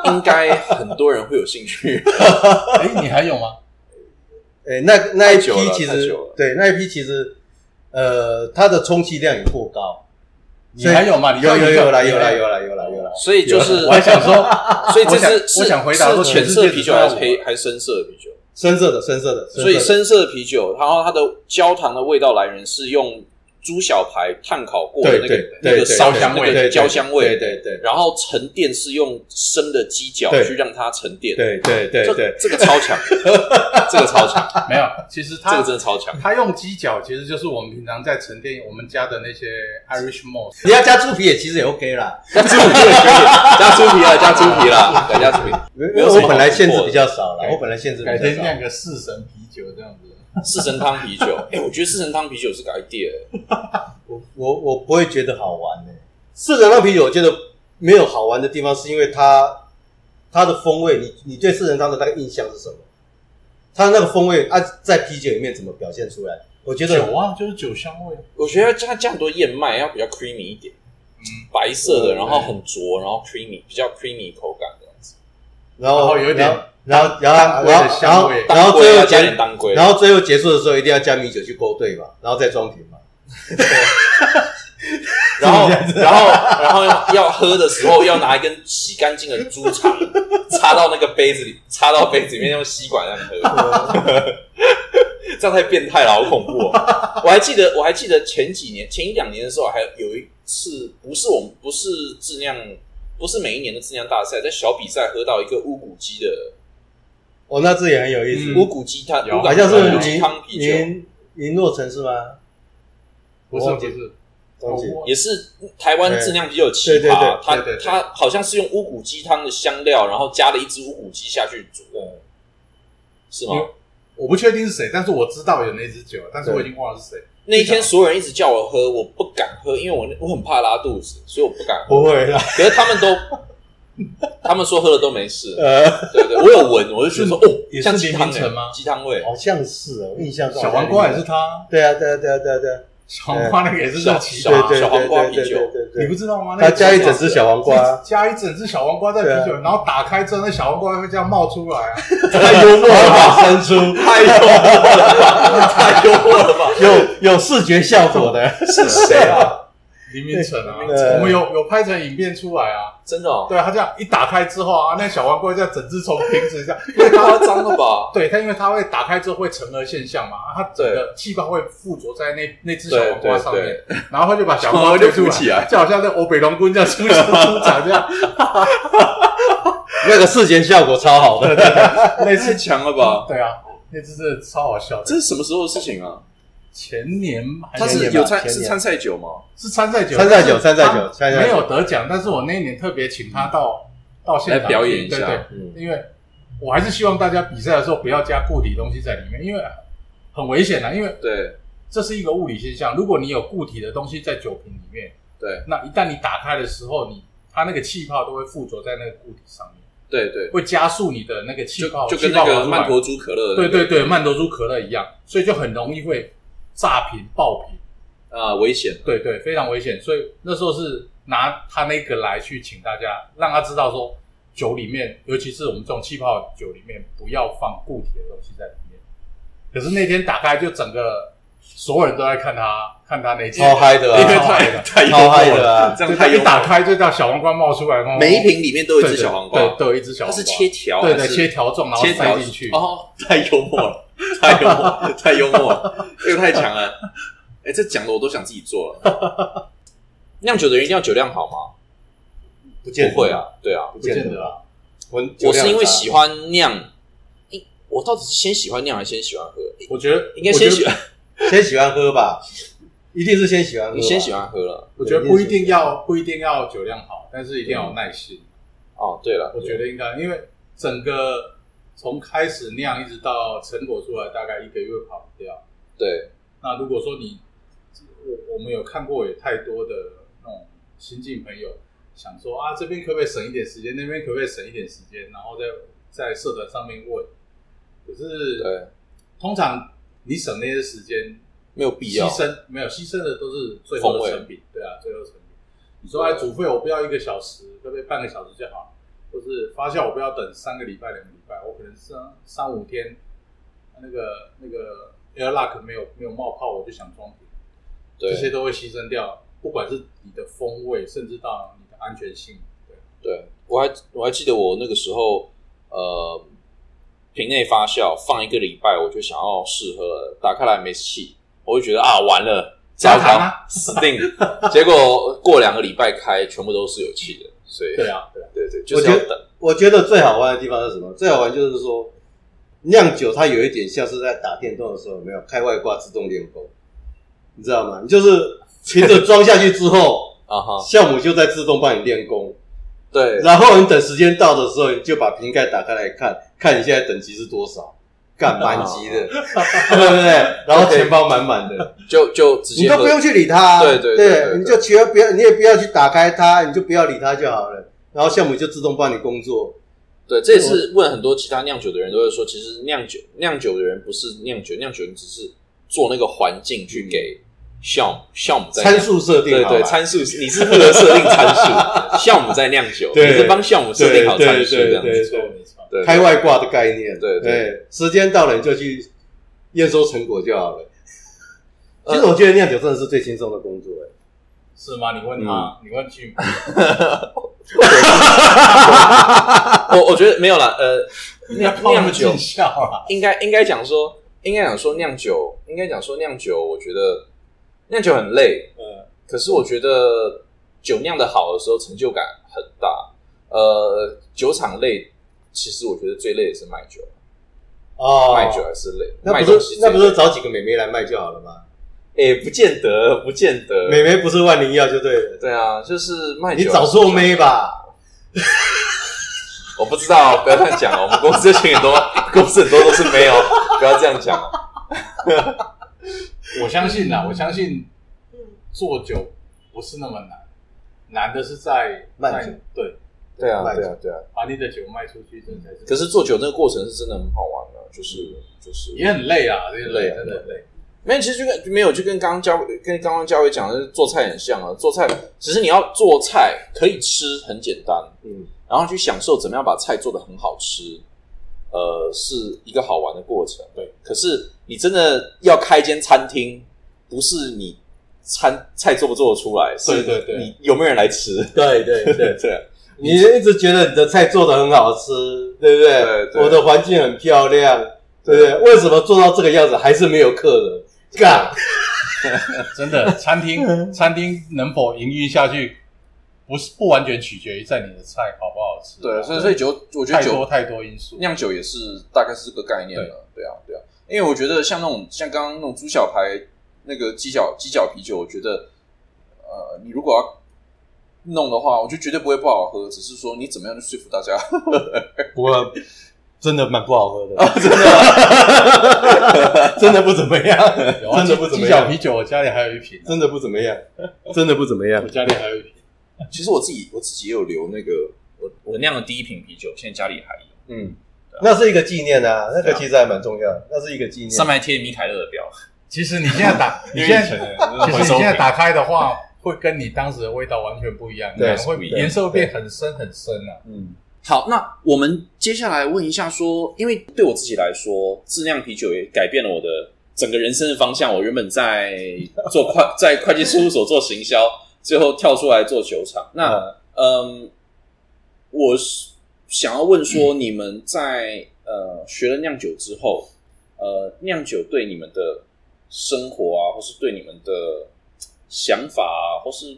应该很多人会有兴趣。哎，你还有 <laughs> 吗？诶、哎那那一批久了其太实久了对那一批其实，呃，它的充其量也过高，你还有吗？你有刚刚有就有啦有啦有啦有啦有啦，所以就是啊我还想说， <laughs> 所以这我想是是我想回答说是浅全世色界啤只酒有我还是黑还是深色的啤酒？深色的深色的，所以深色的深色的啤酒，然后它的焦糖的味道来源是用猪小排炭烤过的那对个对那个对对烧对香味、对对焦香味，对对对然后沉淀是用生的鸡脚对去让它沉淀，对对对这对，这个 <laughs> 超强，这个超强，没有，其实这它个真的超强。它用鸡脚，其实就是我们平常在沉淀我们家的那些 Irish moss。你要加猪皮也其实也 OK 啦，加猪皮也可以，加猪皮了，加猪皮了，对，加猪皮。因为没有什么我本来限制好比较少啦，对我本来限制比改天较少酿。个四神啤酒这样子。四神汤啤酒，哎、我觉得四神汤啤酒是个 idea，我我我不会觉得好玩呢、四神汤啤酒，我觉得没有好玩的地方，是因为它它的风味，你你对四神汤的那个印象是什么？它的那个风味啊，在啤酒里面怎么表现出来？我觉酒得啊，就是酒香味。我觉得加加很多燕麦要比较 creamy 一点，白嗯色的，然后很浊，然后 creamy 比较 creamy 口感这样子。然后然后有一点然后然后当归然的后然香后味啊然当后归最要后加点结当归，啊然后最后结束的时候一定要加米酒去勾兑嘛，然后再装瓶嘛。<laughs> 然后然后然后要要喝的时候要拿一根洗干净的猪肠插到那个杯子里，插到杯子里面用吸管这样喝，啊这样太变态了，好恐怖、哦！我还记得我还记得前几年前一两年的时候，还有一次不是我们不是质量不是每一年的质量大赛，在小比赛喝到一个乌骨鸡的哦，那这也很有意思，乌嗯骨鸡汤，有乌骨好像是乌骨嗯鸡您汤啤酒，您您洛城是吗？不我是忘不记是，忘记哦也是台湾质量啤酒奇对对对葩，它对对对它好像是用乌骨鸡汤的香料，然后加了一只乌骨鸡下去煮，嗯是吗因？为我不确定是谁，但是我知道有那支酒，但是对我已经忘了是谁。那一天所有人一直叫我喝，我不敢喝，因为我那我很怕拉肚子，所以我不敢喝。不会啦，可是他们都， <laughs> 他们说喝了都没事，呃，对对，我有闻，我就觉得说哦，也是像鸡黎汤明城欸吗鸡汤味，好像是哦，印象中小黄瓜也是他，对啊，对啊，对啊，对啊，对啊，小黄瓜那个也是小热奇小的对对小黄瓜啤对对酒对对对你不知道吗？那他个加一整只小 <laughs> 黄瓜，加一整只小黄瓜在啤啊酒，然后打开之后，那小黄瓜会这样冒出来啊。 <laughs> 太幽默了吧，生出太幽默了吧，太幽默了吧？ <laughs> 有有视觉效果的， <laughs> 是谁啊？黎明城 <laughs> 啊，对我们有有拍成影片出来啊。真的哦，对啊，他这样一打开之后啊，那小黄瓜就整只从瓶子这样，因为太夸它张了吧？ <laughs> 对它，因为它会打开之后会成核现象嘛，啊它整个气泡会附着在那那只小黄瓜上面 <laughs> 对，然后它就把小黄瓜推出小黄瓜就浮起啊来就好像那欧北龙棍这样出出场这样， <laughs> 那个视觉效果超好的。 <laughs> 类太似强了吧？对啊，那只是超好笑这的。是什么时候的事情啊？前年还它是前年有吧参前是年参赛酒吗？是参赛酒，参赛酒但是参赛酒他参赛没酒有得奖，但是我那一年特别请他到到现来场表演一对下对，因为我还是希望大家比赛的时候不要加固体东西在里面，因为很危险啊，因为对这是一个物理现象。如果你有固体的东西在酒瓶里面，对那一旦你打开的时候，你它那个气泡都会附着在那个固体上面，对对，会加速你的那个气就泡，就跟气泡跑那个出来曼陀珠可乐的对那个，对对曼陀珠可乐一样，所以就很容易会炸瓶爆瓶。啊，危险。对对，非常危险。所以那时候是拿他那个来去请大家，让他知道说酒里面，尤其是我们这种气泡酒里面，不要放固体的东西在里面。可是那天打开，就整个所有人都在看他，看他那一集超嗨的啊因为超太哦太幽超默嗨了，的啊！这就样他太幽一默打了。开就叫小黄瓜冒出来，然后每一瓶里面都有一只对小黄瓜对，，都有一只小它黄瓜，是切条，对还对是切条状，然后切塞条进去。哦，太幽默了，太幽默，太幽默了，这个太强了。哎，这讲的我都想自己做了。酿酒的人一定要酒量好吗？不见得不会，啊，对啊，不不见见得得。啊，我我是因为喜欢酿，诶我到底是先喜欢酿还是先喜欢喝？我觉得应该先喜，欢，先喜欢喝吧，一定是先喜欢喝吧。你先喜欢喝了。我觉得不一定要不一定要酒量好，但是一定要有耐心。哦，对了，我觉得应该，因为整个从开始酿一直到成果出来，大概一个月跑不掉。对那如果说你，我我们有看过有太多的那种新进朋友，想说啊这边可不可以省一点时间，那边可不可以省一点时间，然后在在社团上面问。可是对，通常你省那些时间，没有必要牺。牲没有牺牲的都是最后风味的成品，对啊，最后成品。你说哎，煮沸我不要一个小时，可不可以半个小时就好？或是发酵我不要等三个礼拜、两个礼拜，我可能三三五天，啊那个那个 air lock 没有没有冒泡，我就想装瓶，啊对这些都会牺牲掉，不管是你的风味，甚至到你的安全性。对，对，我还我还记得我那个时候，呃，瓶内发酵放一个礼拜，我就想要试喝了，打开来没气，我就觉得啊，完了，加糖糖死定了。结果过两个礼拜开，全部都是有气的，所以对啊，对啊，对对，就我是觉要得等。我觉得最好玩的地方是什么？最好玩就是说，酿酒它有一点像是在打电动的时候，有没有开外挂自动练功，你知道吗？你就是瓶子装下去之 <laughs> 后，啊哈，酵母就在自动帮你练功，对，然后你等时间到的时候，你就把瓶盖打开来看，看你现在等级是多少。干满级的，哦 <laughs> 对不 <laughs> 对？然后钱包满满的，就就直你接都不用去理它。对对对对对你就绝不要，你也不要去打开它，你就不要理它就好了。然后酵母就自动帮你工作，对，这也是问很多其他酿酒的人都会说，其实酿酒酿酒的人不是酿酒，酿酒人只是做那个环境去给酵母酵母在酿参数设定对好了对参数，你是负责设定参 <laughs> 数，酵母在酿酒，你对是帮酵母设定好参数这样对子。没错没错。对，开外挂的概念。哎对对时间到了你就去验收成果就好了。呃其实我觉得酿酒真的是最轻松的工作、哎是吗？你问嗯他，你问 <laughs> 去，我我觉得没有啦， <laughs> 呃，酿让我酿们酒尽孝啊。应该应该讲说，应该讲说酿酒，应该讲说酿酒，我觉得酿酒很累，嗯呃，可是我觉得酒酿的好的时候，成就感很大。呃，酒厂累，其实我觉得最累的是卖酒，哦，卖酒还是累，那卖不东是西那最不累是找几个美眉来卖就好了吗？诶，不见得，不见得，美眉不是万灵药就对了，对啊，就是卖酒。你找错妹吧？我不知道，不要这 <laughs> 样讲哦。我们公司就请很多， <laughs> 公司很多都是没有，不要这样讲哦。我相信啦，我相信做酒不是那么难，难的是在慢酒在对，对啊，卖酒对啊，对啊。把你的酒卖出去，这才是。可是做酒那个过程是真的很好玩的，啊就是就是，也很累啊，也很累，累啊真的很累。没有，其实就跟没有就跟刚刚嘉伟跟刚刚嘉伟讲的做菜很像啊。做菜只是你要做菜可以吃很简单，嗯，然后去享受怎么样把菜做的很好吃，呃，是一个好玩的过程。对，可是你真的要开间餐厅，不是你餐菜做不做得出来，是对对对你有没有人来吃？对对 <laughs> 对，对啊， <laughs> 你一直觉得你的菜做的很好吃，对不对？对对我的环境很漂亮，对不对？为什么做到这个样子还是没有客人？干，真的，餐嗯厅餐厅能否营运下去，不是不完全取决于在你的菜好不好吃。啊对，所以所以酒，我觉太得酒嗯多太多因素。酿酒也是大概是这个概念了。对啊，对啊，因为我觉得像那种像刚刚那种猪小排那个鸡脚鸡脚啤酒，我觉得呃，你如果要弄的话，我就绝对不会不好喝，只是说你怎么样去说服大家。 <laughs> 不过真的蛮不好喝的，啊真 <laughs> 的，真的不怎么样，有啊真的不怎么鸡脚样啤，酒，我家里还有一瓶，啊真的不怎 <laughs> 么样，真的不怎么样我。家里还有一瓶。其实我自己我自己也有留那个我我酿的第一瓶啤酒，现在家里还有。嗯，那是一个纪念啊，那个其实还蛮重要的，那是一个纪念。面还贴米凯勒的标，其实你现在打，你现在 <laughs> 其实你现在打开的话，会跟你当时的味道完全不一样，对会不一样颜色会变很深很深啊。嗯，好，那我们接下来问一下说，因为对我自己来说，自酿啤酒也改变了我的整个人生的方向。我原本在做会在会计事务所做行销，最后跳出来做酒厂。那嗯，我是想要问说，你们在呃学了酿酒之后，呃，酿酒对你们的生活啊，或是对你们的想法啊，或是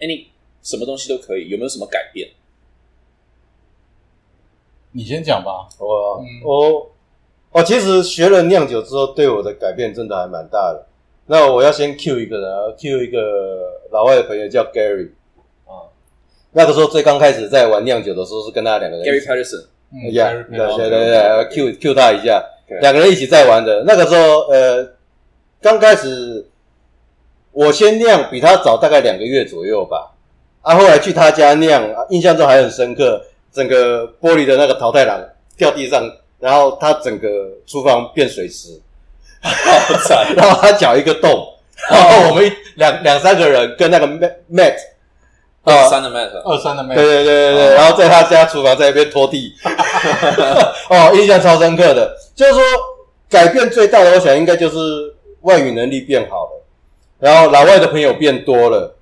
any 什么东西都可以，有没有什么改变？你先讲吧，我嗯我我哦其实学了酿酒之后，对我的改变真的还蛮大的。那我要先 Q 一个人啊，Q 一个老外的朋友叫 Gary 啊。那个时候最刚开始在玩酿酒的时候，是跟他两个人一 Gary 起 Patterson，嗯呀， Gary 对 Payton 对对对，Q Q 他一下 Okay，两个人一起在玩的。那个时候，呃，刚开始我先酿，比他早大概两个月左右吧。啊，后来去他家酿，啊印象中还很深刻，整个玻璃的那个淘汰狼掉地上，然后他整个厨房变水池， <laughs> 好 <laughs> 惨，然后他搅一个洞，然后我们一两两三个人跟那个 Matt Matt 啊三的 Matt，二三的妹对，对对对对，然后在他家厨房在那边拖地， <laughs> 哦，印象超深刻的。就是说，改变最大的，我想应该就是外语能力变好了，然后老外的朋友变多了，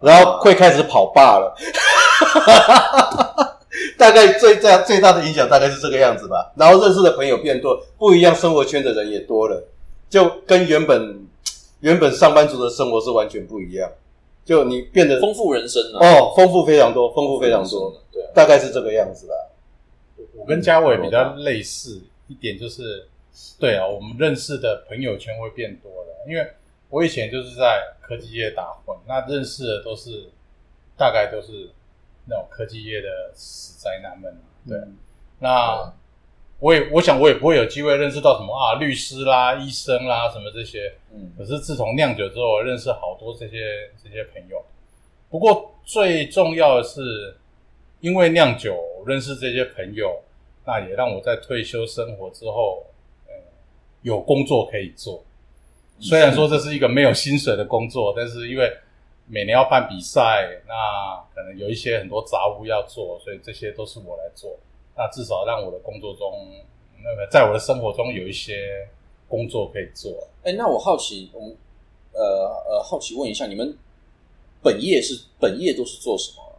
然后会开始跑吧了。 <laughs> 大概最大最大的影响大概是这个样子吧。然后认识的朋友变多，不一样生活圈的人也多了，就跟原本原本上班族的生活是完全不一样，就你变得丰富人生呢、啊，哦，丰富非常多，丰富非常多，，对啊，大概是这个样子吧。我跟嘉伟比较类似一点，就是对啊，我们认识的朋友圈会变多了，因为我以前就是在科技业打混，那认识的都是大概都是那种科技业的死宅男们，对，那我也我想我也不会有机会认识到什么啊律师啦、医生啦什么这些，嗯，可是自从酿酒之后，我认识好多这些这些朋友。不过最重要的是，因为酿酒我认识这些朋友，那也让我在退休生活之后，呃，有工作可以做。虽然说这是一个没有薪水的工作，但是因为每年要办比赛，那可能有一些很多杂物要做，所以这些都是我来做。那至少让我的工作中，那个在我的生活中有一些工作可以做。哎、那我好奇，我们呃呃，好奇问一下，你们本业是本业都是做什么啊？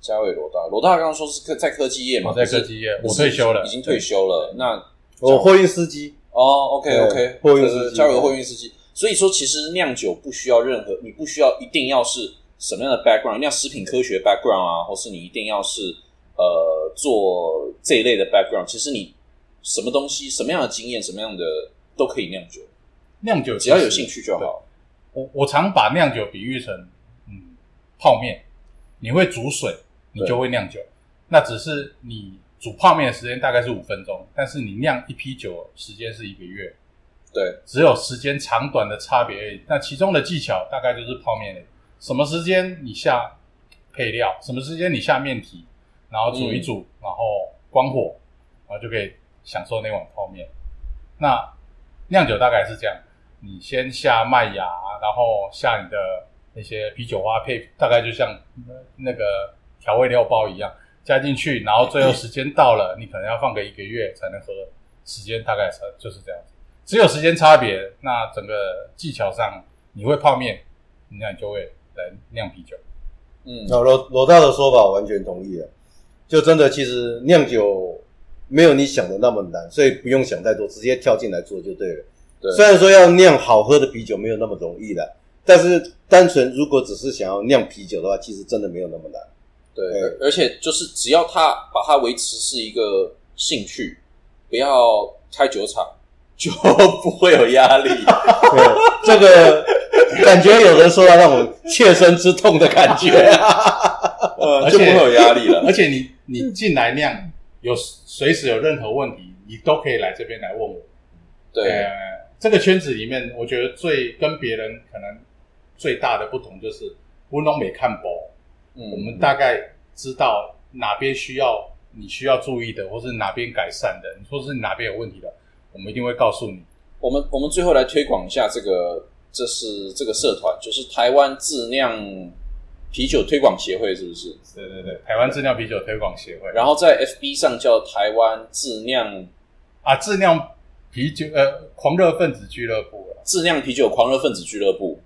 嘉伟、罗大，罗大刚刚说是科在科技业嘛，哦我在可是科技业，我可是退休了，已经退休了。那我货运司机，哦，OK 对 OK，货运司机交给货运司机。所以说，其实酿酒不需要任何，你不需要一定要是什么样的 background，酿食品科学 background 啊，或是你一定要是呃做这一类的 background。其实你什么东西、什么样的经验、什么样的都可以酿酒，酿酒只要有兴趣就对好。我我常把酿酒比喻成嗯泡面，你会煮水，你对就会酿酒。那只是你煮泡面的时间大概是五分钟，但是你酿一批酒时间是一个月，对，只有时间长短的差别而已。那其中的技巧大概就是泡面的，什么时间你下配料，什么时间你下面体，然后煮一煮，然后关火，然后就可以享受那碗泡面。那酿酒大概是这样，你先下麦芽，然后下你的那些啤酒花配，大概就像那个调味料包一样加进去，然后最后时间到了，你可能要放个一个月才能喝，时间大概才就是这样子。只有时间差别，那整个技巧上，你会泡面，那你就会来酿啤酒。嗯，那哦罗罗大的说法我完全同意了，啊就真的其实酿酒没有你想的那么难，所以不用想太多，直接跳进来做就对了。对虽然说要酿好喝的啤酒没有那么容易的，但是单纯如果只是想要酿啤酒的话，其实真的没有那么难。对，对而而且就是只要他把它维持是一个兴趣，不要开酒厂，就不会有压力。对，这个感觉有人说到让我切身之痛的感觉。呃，而就且不会有压力了。而且你你进来酿，有随时有任何问题，你都可以来这边来问我。对，呃，这个圈子里面，我觉得最跟别人可能最大的不同就是，我拢没看博，嗯，我们大概知道哪边需要你需要注意的，或是哪边改善的。你说是哪边有问题的，我们一定会告诉你。我们我们最后来推广一下这个，这是这个社团，就是台湾自酿啤酒推广协会，是不是？对对对，台湾质量啤酒推广协会。然后在 FB 上叫台湾自酿啊，质量啤酒呃狂热分子俱乐部了。自酿啤酒狂热分子俱乐部。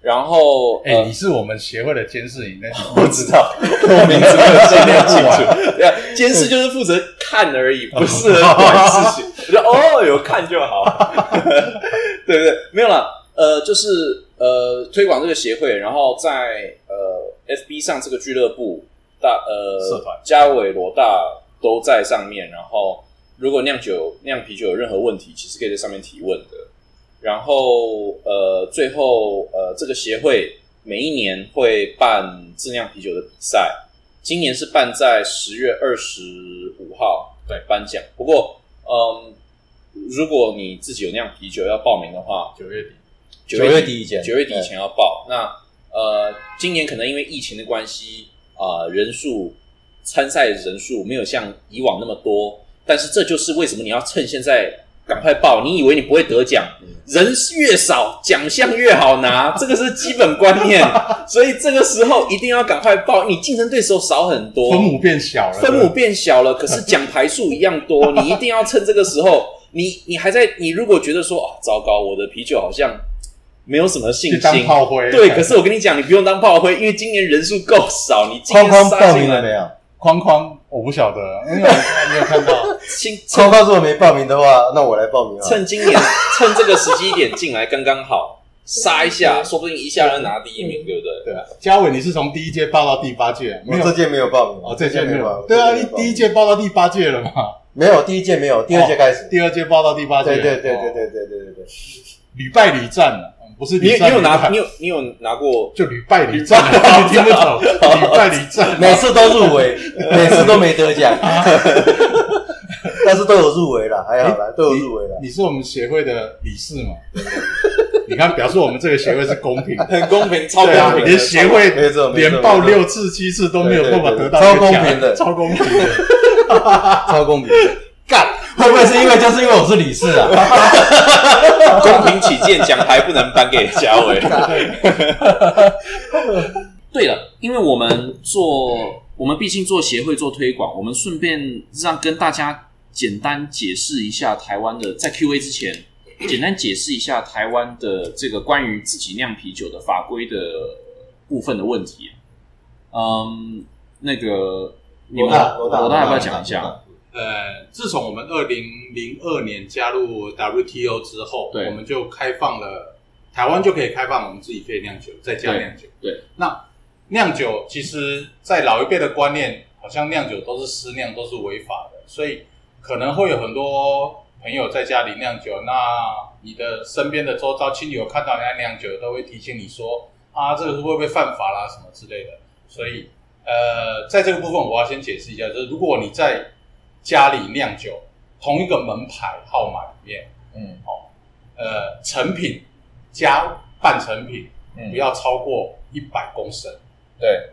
然后，哎、呃你是我们协会的监事，你那我我知道， <laughs> 我名字没有尽量清楚。 <laughs> 对啊，监视就是负责看而已，不是 <laughs> 管事情。我说哦，有看就好，对不对？没有啦，呃，就是呃，推广这个协会，然后在呃 FB 上这个俱乐部大呃社团嘉伟罗大都在上面，然后如果酿酒酿啤酒有任何问题，其实可以在上面提问的。然后呃，最后呃，这个协会每一年会办质量啤酒的比赛，今年是办在十月二十五号对颁奖。不过嗯，如果你自己有酿啤酒要报名的话，九月底，九月底以前九月底以前要报。那呃，今年可能因为疫情的关系啊、呃人数参赛人数没有像以往那么多，但是这就是为什么你要趁现在赶快报。你以为你不会得奖，嗯人越少奖项越好拿， <laughs> 这个是基本 <laughs> 观念。所以这个时候一定要赶快报，你竞争对手少很多，分母变小了，分母变小了，可是奖牌数一样多，你一定要趁这个时候，你你还在，你如果觉得说啊，糟糕，我的啤酒好像没有什么信去当心，炮灰。对，可是我跟你讲，你不用当炮灰，因为今年人数够少，你今框天框杀报进名了来，没有？框框我不晓得，因为我没有看到。趁框趁框如果没报名的话，那我来报名啊。趁今年趁这个时机点进来刚刚好，杀一下，说不定一下就拿第一名，对不对？对啊，嘉伟，你是从第一届报到第八届啊，我没有这届没有报名哦，这届没报有，名对啊，这你没有报名第一届报到第八届了嘛，没有，第一届没有，第二届开始。第二届报到第八届，对对对哦对，对对对对对，屡败屡战啊，嗯不是你屡你战有屡败拿你有你有拿过就屡败屡战，啊你听不懂，屡败屡战，啊每次都入 <laughs> 围，每次都没得奖，但是都有入围了，还好啦，都有入围了。你是我们协会的理事 <laughs> 嘛？对不对你看，表示我们这个协会是公平的，很公平，超公对啊，平的，连协会没错没错连报六次七次都没有办法得到对一个对对奖超公平的超公平的。超公平， <laughs> 干会不会是因为就是因为我是理事啊？公平起见，奖牌不能颁给嘉伟。 <laughs> 对了，因为我们做，我们毕竟做协会做推广，我们顺便让跟大家简单解释一下台湾的，在 Q A 之前，简单解释一下台湾的这个关于自己酿啤酒的法规的部分的问题。嗯，那个你们罗大罗大罗大要不要讲一下？呃，自从我们二零零二年加入 WTO 之后，对我们就开放了台湾就可以开放我们自己配酿酒，在家酿酒。对对那酿酒其实，在老一辈的观念，好像酿酒都是私酿，都是违法的，所以可能会有很多朋友在家里酿酒，那你的身边的周遭亲友看到人家酿酒，都会提醒你说啊，这个会不会犯法啦什么之类的，所以。呃，在这个部分我要先解释一下，就是如果你在家里酿酒，同一个门牌号码里面，嗯，呃，成品加半成品嗯不要超过一百公升，对，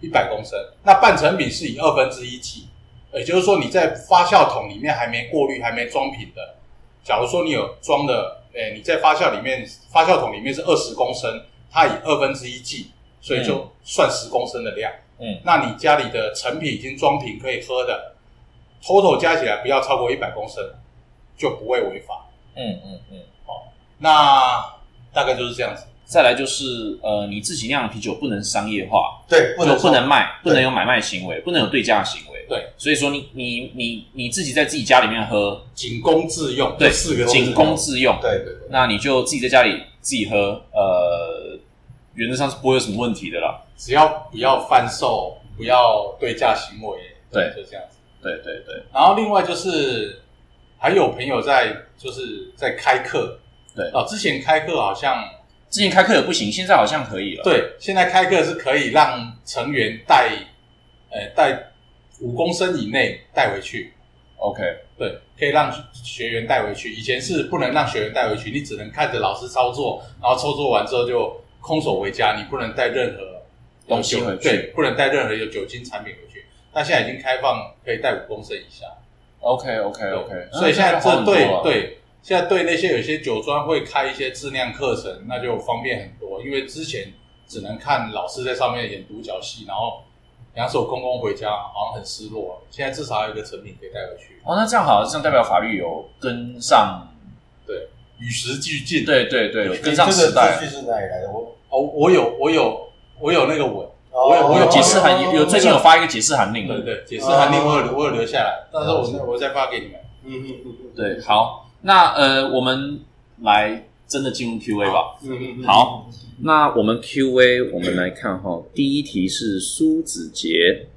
一百公升。那半成品是以二分之一计，也就是说你在发酵桶里面还没过滤、还没装瓶的，假如说你有装的，诶、你在发酵里面发酵桶里面是二十公升，它以二分之一计，所以就算十公升的量。嗯，那你家里的成品已经装瓶可以喝的，total 加起来不要超过一百公升，就不会违法。哦嗯嗯嗯，那大概就是这样子。再来就是呃，你自己酿的啤酒不能商业化，对，不能就不能卖，不对能有买卖行为，不能有对价行为。对，所以说你你你你自己在自己家里面喝，仅供自用，对，这四个字哦仅供自用。对对对，那你就自己在家里自己喝，呃，原则上是不会有什么问题的啦。只要不要贩售，不要对价行为，对就这样子。对对对然后另外就是还有朋友在就是在开课，对哦，之前开课好像之前开课也不行，现在好像可以了。，对，现在开课是可以让成员带，呃，带五公升以内带回去， ，OK，对，可以让学员带回去。以前是不能让学员带回去，你只能看着老师操作，然后操作完之后就空手回家，你不能带任何东西酒回去对，不能带任何有酒精产品回去。那现在已经开放可以带五公升以下 OK OK OK，所以现在这对、对。现在对那些有些酒庄会开一些质量课程，那就方便很多。因为之前只能看老师在上面演独角戏，然后两手空空回家，好像很失落。啊现在至少还有一个成品可以带回去，哦，那这样好，这样代表法律有跟上，与时俱进。对对对，有跟你上时代这个。资讯是哪里来的？我哦，哦我有，我有，我有那个文，我有我有有解释函，有有最近有，发一个解释函令了对。对，解释函令我有留，我有留下来，到时候我再我再发给你们。嗯嗯嗯对，好，那呃，我们来真的进入 Q&A 吧。嗯嗯，好，那我们 Q&A 我们来看哈，第一题是苏子杰，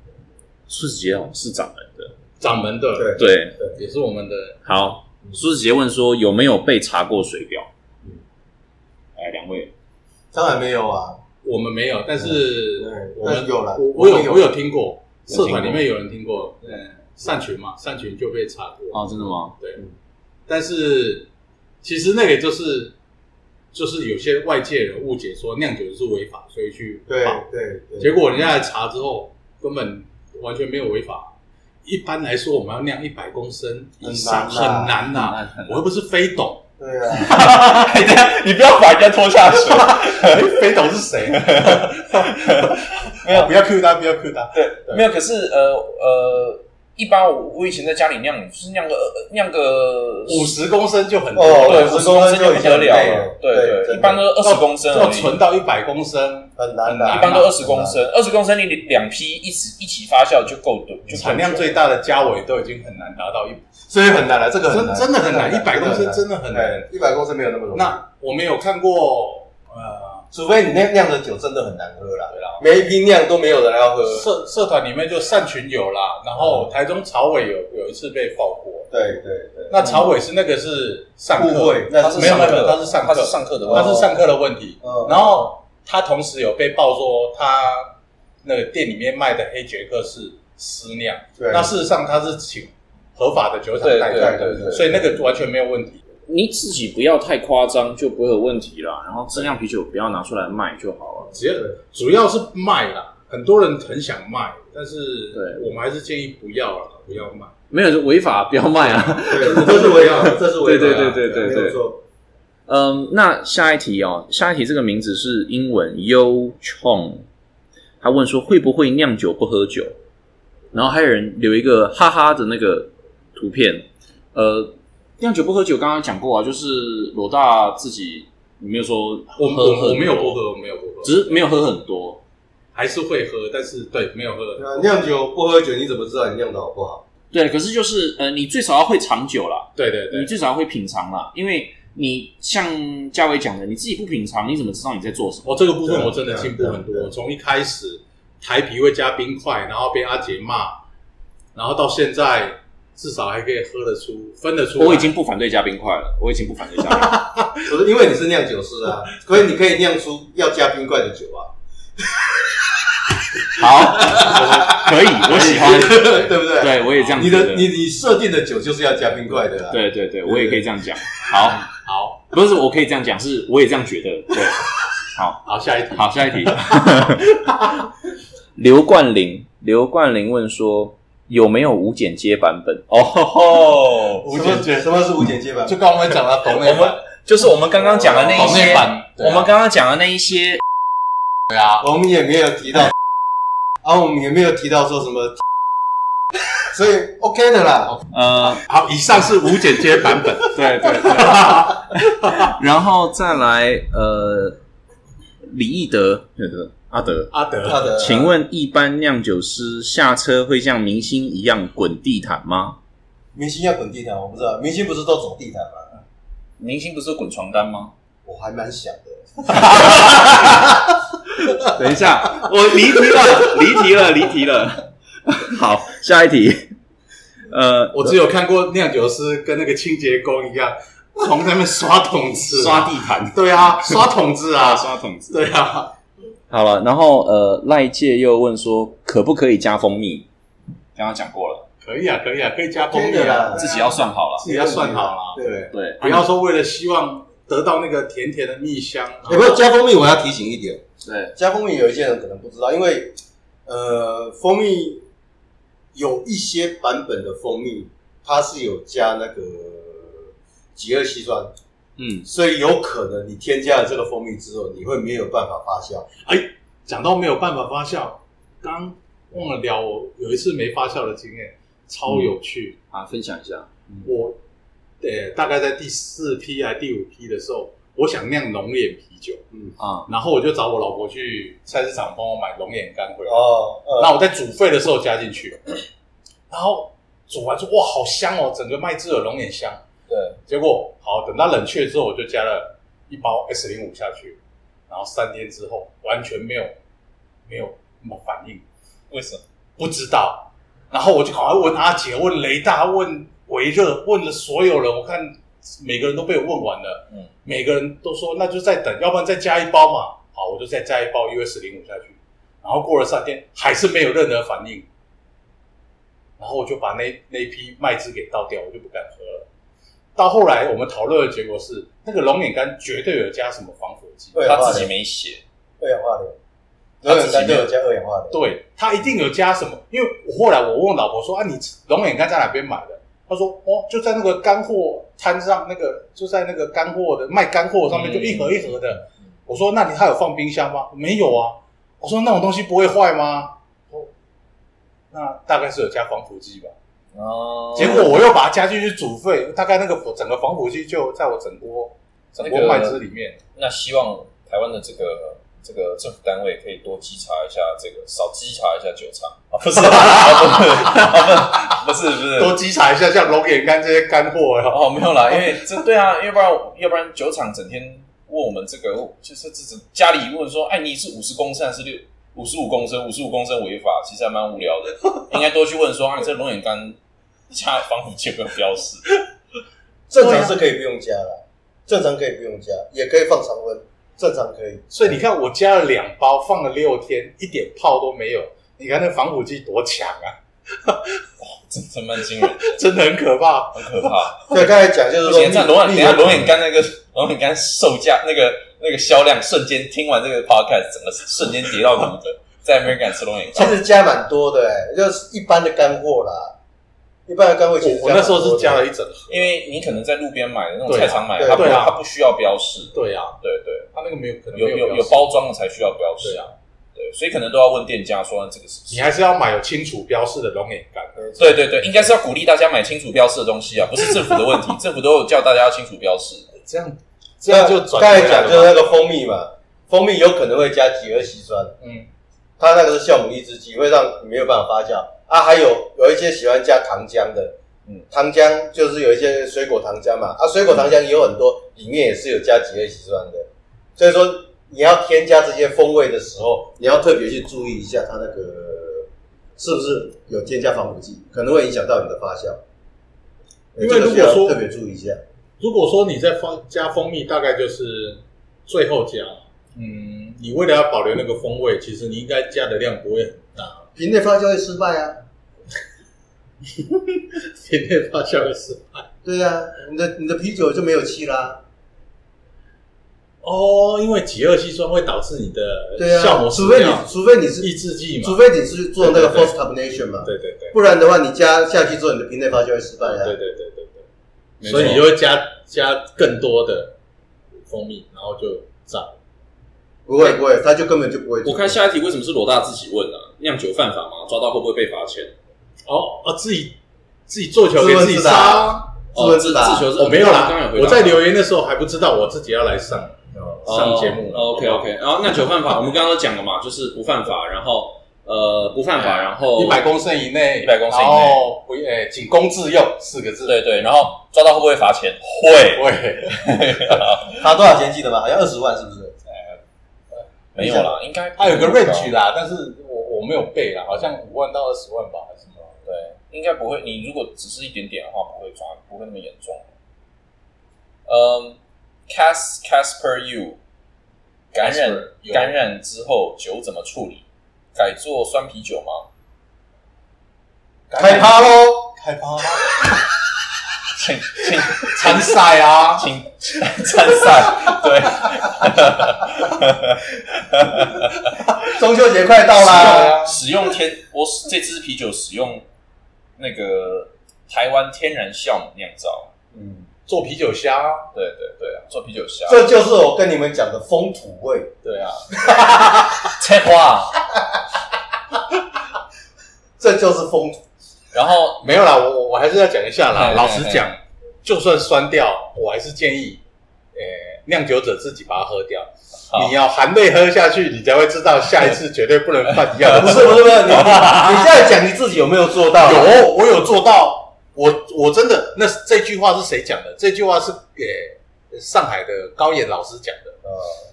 苏子杰哦是掌门的，掌门的，对对，也是我们的好，苏子杰问说有没有被查过水表？哎，两位，当然没有啊，我们没有，但嗯是对我们但有啦我我我有有我有听过，有听过社团里面有人听过，嗯，善群嘛，善群就被查过，哦，真的吗？对，但是其实那个就是就是有些外界人误解说酿酒是违法，所以去对报对对，结果人家来查之后，根本完全没有违法。一般来说，我们要酿一百公升以上很难很难啊呐、很难 <laughs> 很难我又不是非董，对啊，哎，等一下你不要把人家拖下 <laughs> 水。 <laughs> 非董是谁？ <laughs> 没有，不要 Q 他，不要 Q 他。没有，可是呃呃，一般我我以前在家里酿，就是酿个呃酿个五十公升就很多哦对了， 50五十公升公升就不得已经很累了了了，对对对，哦真的一般都二十公升而已，要存到一百公升，很难的，一般都二十公升，二十公升你两批一起一起发酵就够的，就够产量久最大的嘉伟都已经很难达到一，所以很难了，啊这个很真难，真的啊哎很难，一百公升真的的很难。，一百公升没有那么容易。那我们有看过，呃除非你那酿的酒真的很难喝啦，每一批酿都没有人要喝。社社团里面就善群有啦，然后台中曹伟有有一次被爆过，对对对，那曹伟是那个是上误会课，那是没有上没课有，他是上他课，是上课的问问题他题。是上课的问题，嗯然后他同时有被爆说他那个店里面卖的黑杰克是私酿，对那事实上他是请合法的酒厂对代对理，对对对所以那个完全没有问题。你自己不要太夸张，就不会有问题啦。然后质量啤酒不要拿出来卖就好了。只要主要是卖啦，很多人很想卖，但是对我们还是建议不要啦，不要卖。没有就违法，不要卖啊。 <laughs> 对，这是违法， <laughs> 这是违法的，对对对对对没有错。嗯，那下一题哦，下一题这个名字是英文 Yo Chong，他问说会不会酿酒不喝酒？然后还有人留一个哈哈的那个图片，呃，酿酒不喝酒，刚刚讲过啊，就是罗大自己你没有说我喝很我多我没有不，喝，我没有不喝，只是没有喝很多，还是会喝，但是对没有喝。那酿酒不喝酒，你怎么知道你酿的好不好？对，可是就是呃，你最少要会长久啦，对对你对，最少要会品尝啦，因为你像嘉伟讲的，你自己不品尝，你怎么知道你在做什么？我这个部分对啊我真的进步很对啊对啊多。我从一开始台啤会加冰块，然后被阿杰骂，然后到现在至少还可以喝得出分得出来。我已经不反对加啊冰块了，我已经不反对加冰 <laughs> 块了。不是因为你是酿酒师啊，所以你可以酿出要加冰块的酒啊，好，可以，我喜欢。 <laughs> 对不对？对，我也这样你觉得的你你设定的酒就是要加冰块的啊。对对对，我也可以这样讲。好，好不是我可以这样讲，是我也这样觉得。对，好，好下一题。好，下一题。 <laughs> 刘冠霖，刘冠霖问说有没有无剪接版本？哦吼吼，无剪接什么什么是无剪接版？就刚我们讲的懂内版，就是我们刚刚讲的哦那懂一内些，版，对啊我们刚刚讲的那一些，我们也没有提到，啊，我们也没有提到说什么， <laughs> 所以 OK 的啦。呃，好，以上是无剪接版 <laughs> 本。对对对，然后再来呃，李义德，对对，阿德， <laughs> 阿德，好的，请问一般酿酒师下车会像明星一样滚地毯吗？明星要滚地毯，我不知道，明星不是都走地毯吗？明星不是滚床单吗？我还蛮想的，等一下，我离题 <laughs> 了，离题了，离题了。好，下一题。呃，我只有看过酿酒师跟那个清洁工一样，从那边刷桶子、刷地毯，对啊，刷桶子啊，刷桶子。对啊，好了，然后呃，赖界又问说，可不可以加蜂蜜？刚刚讲过了，可以啊，可以啊，可以加蜂蜜 OK 的啦啊，自己要算好了。自己要算好啦。对。欸对，不要说为了希望得到那个甜甜的蜜香，也哎不是加蜂蜜，我要提醒一点，对，加蜂蜜有一些人可能不知道，因为呃，蜂蜜有一些版本的蜂蜜，它是有加那个极二烯酸，嗯，所以有可能你添加了这个蜂蜜之后，你会没有办法发酵。讲到没有办法发酵，刚忘了聊我有一次没发酵的经验，超有趣。啊，分享一下。我呃大概在第四批还第五批的时候，我想酿龙眼啤酒，啊，然后我就找我老婆去菜市场帮我买龙眼干回来。哦，那我在煮沸的时候加进去，然后煮完说哇好香哦，整个麦汁有龙眼香。对，结果好等它冷却之后，我就加了一包 S 零五下去，然后三天之后完全没有没有什么反应，为什么？不知道。然后我就赶快问阿姐，问雷大，问维热，问了所有人，我看每个人都被我问完了，嗯，每个人都说那就再等，要不然再加一包嘛。好，我就再加一包 US 零五下去。然后过了三天还是没有任何反应，然后我就把那那一批麦汁给倒掉，我就不敢喝了。到后来我们讨论的结果是，那个龙眼干绝对有加什么防腐剂，二氧化没写。二氧化硫，二氧化硫有加二氧化硫，对啊他一定有加什么，因为我后来我问老婆说啊，你龙眼干在哪边买的？她说哦，就在那个干货摊上，那个就在那个干货的卖干货上面，嗯就一盒一盒的。我说那你他有放冰箱吗？没有啊。我说那种东西不会坏吗？哦，那大概是有加防腐剂吧。哦结果我又把它加进去煮沸，大概那个整个防腐剂就在我整锅整锅那个麦汁里面。那希望台湾的这个这个政府单位可以多稽查一下这个，少稽查一下酒厂啊， <laughs> 不是，啊不是，不是，不是，多稽查一下，像龙眼干这些干货啊。哦，没有啦，因为这对啊，要不然要不然酒厂整天问我们这个，就是自己家里问说，哎，你是五十公升还是六五十五公升？五十五公升违法，其实还蛮无聊的，应该多去问说，啊，你这龙眼干加防腐剂有没有标示？正常是可以不用加了，正常可以不用加，也可以放常温，正常可以。所以你看，我加了两包，放了六天，一点泡都没有。你看那防腐剂多强啊， <laughs> 真真蛮惊人的，真的很可怕。很可怕。对，刚才讲就是不说行，这样龙眼，蜜等一下龙眼干那个龙眼干售价那个那个销量瞬间，听完这个 podcast，整个瞬间跌到谷底，再也没人敢吃龙眼其干。实加蛮多的、欸，就是一般的干货啦，一般的干货其实我我那时候是加了一一整盒。因为你可可能在路边买的那种对啊菜场买，对它不对啊它不需要标示。对啊，对对，他那个没有可能有没有标有识包装的才需要标示对啊。对，所以可能都要问店家说这个是不你是。还是要买有清楚标示的龙眼干。对对对，应该是要鼓励大家买清楚标示的东西啊，不是政府的 <laughs> 问题，政府都有叫大家要清楚标示。这样这样就转刚才回来了讲嘛就是那个蜂蜜嘛，蜂蜜有可能会加几二烯酸，嗯，它那个是酵母抑制剂，会让你没有办法发酵啊。还有有一些喜欢加糖浆的，嗯嗯，糖浆就是有一些水果糖浆嘛，啊，水果糖浆也有很多，里面也是有加几类烯酸的，所以说你要添加这些风味的时候，你要特别去注意一下它那个是不是有添加防腐剂，可能会影响到你的发酵。因为这个如需要果说特别注意一下，如果说你在蜂加蜂蜜，大概就是最后加。嗯，你为了要保留那个风味，其实你应该加的量不会很大， <laughs> 瓶内发酵会失败啊。甜内发酵的是对呀、啊，你的你的啤酒就没有气啦，哦，因为己二烯酸会导致你的对呀、啊酵母除失非你掉，除非你是抑制剂嘛。除非你是做那个对对 force combination 嘛，对对对不然的话，你加下去之后，你的瓶内发酵会失败啊。对对对对对，没错所以你就会加加更多的蜂蜜，然后就炸了。不会不会，它就根本就不会。我看下一题为什么是罗大自己问啊？酿酒犯法吗？抓到会不会被罚钱？哦哦，自己自己做球自给问自己自杀啊。答，自问自答自。求是我没有刚刚啦，回答我在留言的时候还不知道我自己要来上上节目了。哦 OK 好不好 OK，然后酿酒犯法，我们刚刚都讲了嘛，就是不犯法，然后呃不犯法，然后哦一百公升以内， 100公升以内然后不诶，仅供自用四个字。对对，然后抓到会不会罚钱？会，对，他多少钱记得吗？好像二十万是不是？没有啦，应该它有个不会 range 啦， <laughs> 但是我我没有背啦，好像五万到二十万吧，还是什么？对，应该不会。你如果只是一点点的话，不会抓，不会那么严重。嗯，Cas Casper U 感染 Casper Yu 感染之后酒怎么处理？改做酸啤酒吗？开趴喽！开趴，请请参赛啊！请参 <laughs> 赛，对，中秋节快到啊啦，使用天我使这支啤酒使用那个台湾天然酵母酿造。嗯，做啤酒虾啊，对对对啊，做啤酒虾，这就是我跟你们讲的风土味。对啊，菜花。这就是 <laughs> 风土，然后没有啦，我我我还是要讲一下啦。嘿老实讲，就算酸掉，我还是建议，呃，酿酒者自己把它喝掉。好你要含泪喝下去，你才会知道下一次绝对不能犯一样的不 <laughs> 错。是不是不是，你你现在讲你自己有没有做到？呃有，我有做到，我我真的，那这句话是谁讲的？这句话是给上海的高岩老师讲的。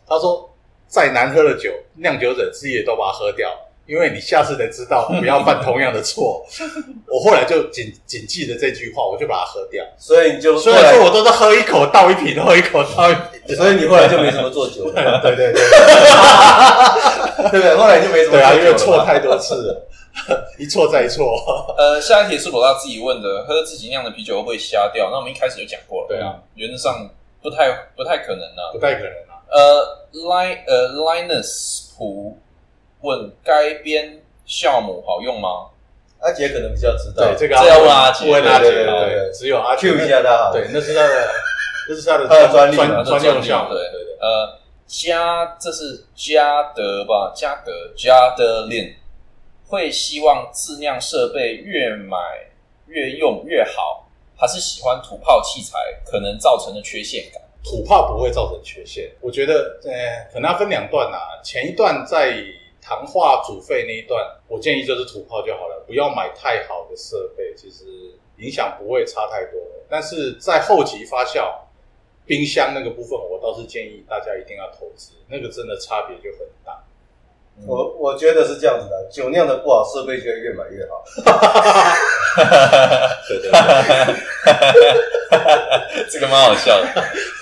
他说，再难喝的酒，酿酒者自己也都把它喝掉，因为你下次才知道不要犯同样的 <laughs> 错。我后来就谨谨记了这句话，我就把它喝掉。所以你就虽后然来说，我都是喝一口倒一瓶，喝一口倒一瓶。所以你后来就没什么做酒了， <laughs> 对对对，对不对？后来就没什么对啊，做因酒为了。错太多次了，一错再错。呃，下一题是罗大自己问的，喝自己酿的啤酒会不会瞎掉？那我们一开始就讲过了，对啊，原则上不太不太可能啊不。太可能啊。呃，Lin 呃 Linus 普问该边酵母好用吗？阿杰可能比较知道对，，这个啊这要问阿杰问阿杰，对对对对对，只有阿杰 Q 一下他好了。对，那是他的，那是他的他的专利专啊嗯专用项目。对对对，呃，加这是加德吧？加德加德林会希望自酿设备越买越用越好，还是喜欢土炮器材可能造成的缺陷感？土炮不会造成缺陷。我觉得，呃，可能要分两段啦、前一段在糖化煮沸那一段，我建议就是土炮就好了，不要买太好的设备，其实影响不会差太多。但是在后期发酵，冰箱那个部分，我倒是建议大家一定要投资，那个真的差别就很大。我我觉得是这样子的，酒酿的不好，设备就会越买越好。对对对， <laughs> 这个蛮好笑的，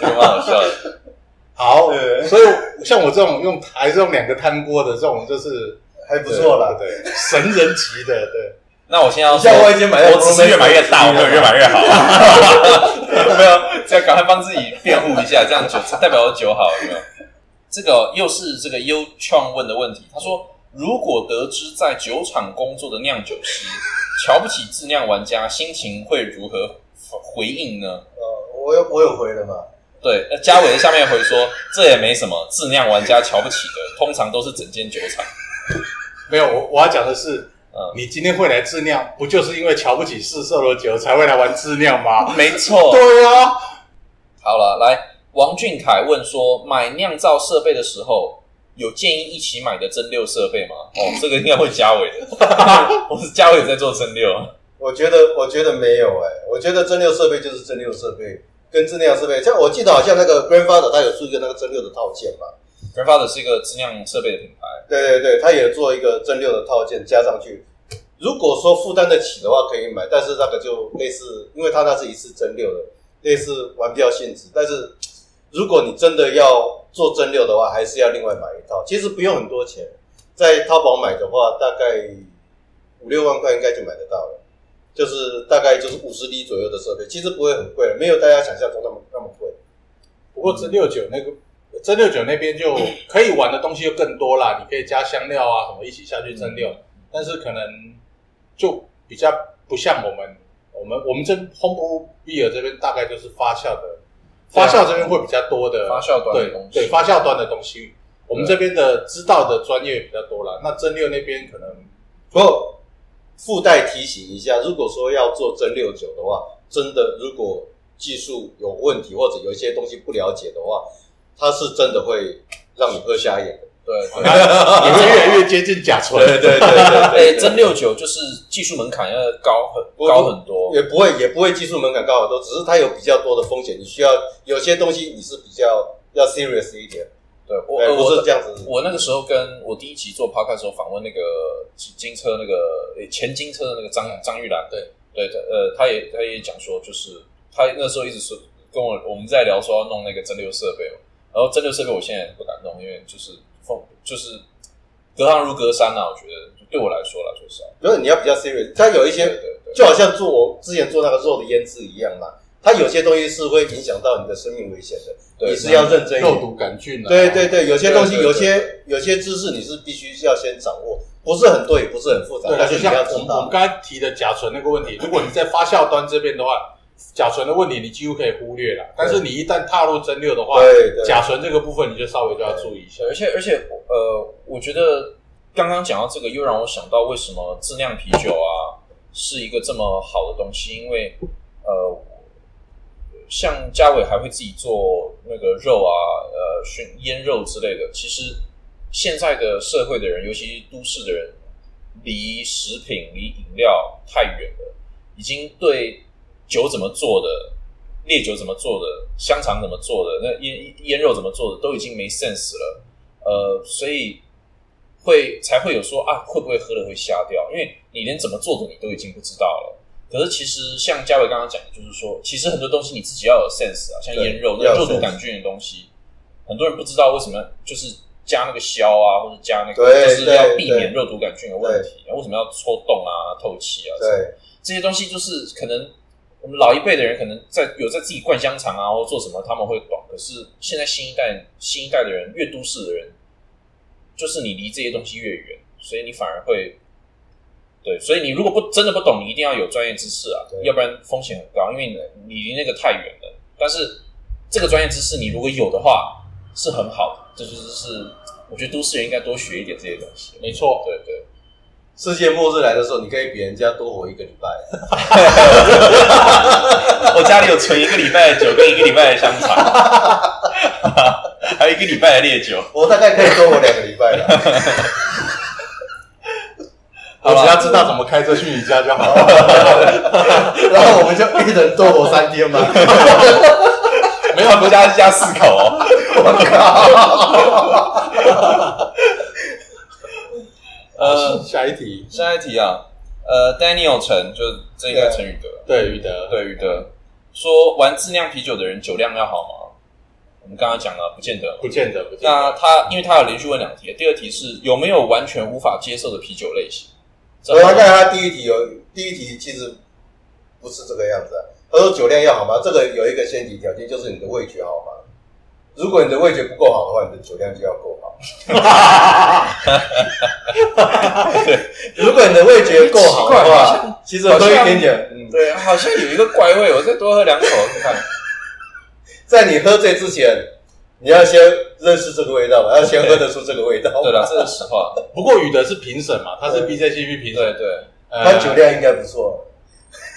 这个蛮好笑的。 <laughs> 好，对所以像我这种用还是用两个汤锅的这种，就是还不错啦。对，对神人级的，对。那我现在要说，像我以前买的我只是越买越大，我没有越买越好。 <laughs> 没有，这样赶快帮自己辩护一下，这样酒代表我酒好有没有？这个又是这个优创问的问题，他说如果得知在酒厂工作的酿酒师瞧不起自酿玩家，心情会如何回应呢？呃，我有我有回了嘛，对，那嘉伟在下面回说，这也没什么，自酿玩家瞧不起的，通常都是整间酒厂。没有，我我要讲的是，嗯你今天会来自酿，不就是因为瞧不起四色罗酒才会来玩自酿 <laughs> 吗？没错，对啊，好了，来，王俊凯问说，买酿造设备的时候，有建议一起买的蒸馏设备吗？哦，这个应该会嘉伟的， <laughs> 我是嘉伟在做蒸馏啊。我觉得我觉得没有哎、我觉得蒸馏设备就是蒸馏设备，跟蒸馏设备，像我记得好像那个 Grandfather 他有出一个那个蒸馏的套件嘛， Grandfather 是一个自酿设备的品牌，对对对，他也做一个蒸馏的套件加上去。如果说负担得起的话，可以买，但是那个就类似，因为它那是一次蒸馏的，类似玩票性质。但是如果你真的要做蒸馏的话，还是要另外买一套。其实不用很多钱，在淘宝买的话，大概五六万块应该就买得到了，就是大概就是五十厘左右的设备，其实不会很贵，没有大家想象中那么那么贵。不过蒸六九那个蒸六九那边就可以玩的东西就更多啦，你可以加香料啊什么一起下去蒸馏，但是可能就比较不像我们我们我们这 Home Beer 这边大概就是发酵的，对发啊酵这边会比较多的发酵端的对东西对发酵端的东西，我们这边的知道的专业比较多啦，那蒸馏那边 <laughs> 可能不过附带提醒一下，如果说要做蒸馏酒的话，真的如果技术有问题或者有一些东西不了解的话，它是真的会让你喝瞎眼的。对，也会越来越接近甲醇。对对对哎、蒸馏酒就是技术门槛要高很高很多， <laughs> 也不会也不会技术门槛高很多，只是它有比较多的风险，你需要有些东西你是比较要 serious 一点，对我对，我不是我这样子。我那个时候跟我第一集做 podcast 的时候访问那个金车那个诶前金车的那个张张玉兰，对对，他呃，他也他也讲说，就是他那时候一直说跟我我们在聊说要弄那个蒸馏设备嘛，然后蒸馏设备我现在也不敢弄，因为就是风就是隔行如隔山啊，我觉得对我来说啦，就是啊，不是你要比较 serious，它有一对些对对，就好像做我之前做那个肉的腌制一样嘛，它有些东西是会影响到你的生命危险的，对你是要认真一肉点。毒杆菌啊，对对对，有些东西，对对对有些有些知识你是必须要先掌握，不是很多，也不是很复杂，对但了，就是你像要我知们我们道。刚才提的甲醇那个问题，如果你在发酵端这边的话，甲醇的问题你几乎可以忽略了。但是你一旦踏入蒸馏的话，对对甲醇这个部分你就稍微就要注意一下对。而且而且呃，我觉得刚刚讲到这个，又让我想到为什么自酿啤酒啊是一个这么好的东西，因为呃，像嘉伟还会自己做那个肉啊，呃，熏腌肉之类的。其实现在的社会的人，尤其都市的人，离食品、离饮料太远了，已经对酒怎么做的、烈酒怎么做的、香肠怎么做的、那腌腌肉怎么做的，都已经没 sense 了。呃，所以会才会有说啊，会不会喝了会瞎掉？因为你连怎么做的你都已经不知道了。可是其实像嘉伟刚刚讲的，就是说，其实很多东西你自己要有 sense 啊，像对腌肉要有那肉毒 sense 杆菌的东西，很多人不知道为什么就是加那个硝啊，或者加那对个就是要避对免肉毒杆菌的问题，为什么要戳洞啊、透气啊？对，这些东西就是可能我们老一辈的人可能在有在自己灌香肠啊或做什么，他们会懂。可是现在新一代新一代的人，越都市的人，就是你离这些东西越远，所以你反而会对。所以你如果不真的不懂，你一定要有专业知识啊对，要不然风险很高，因为你你离那个太远了。但是这个专业知识你如果有的话，是很好的。这就是是我觉得都市人应该多学一点这些东西。没错，对对。世界末日来的时候，你可以比人家多活一个礼拜。 <laughs> 我家里有存一个礼拜的酒跟一个礼拜的香肠， <laughs> 还有一个礼拜的烈酒。我大概可以多活两个礼拜了。 <laughs> 我只要知道怎么开车去你家就好 <laughs> 了。然后我们就一人多活三天嘛。没有不加加四口哦， <laughs> 我靠！呃，下一题，下一题啊，呃，Daniel 陈就这应该陈宇德，对于德，对宇德说玩自酿啤酒的人酒量要好吗？我们刚刚讲了，不见得嘛。不见得，不见得。那他因为他有连续问两题，第二题是有没有完全无法接受的啤酒类型？这我要看他第一题有第一题其实不是这个样子、啊。他说酒量要好吗？这个有一个先提条件，就是你的味觉好吗？如果你的味觉不够好的话，你的酒量就要够 <laughs> 好。如果你的味觉够好的奇话，其实喝一点点，嗯，对，好像有一个怪味，我再多喝两口看看。在你喝醉之前，你要先认识这个味道嘛，要先喝得出这个味道。对哦了，这是实话。不过宇德是评审嘛，他是 BJCP 评对审，对，呃他酒量应该不错。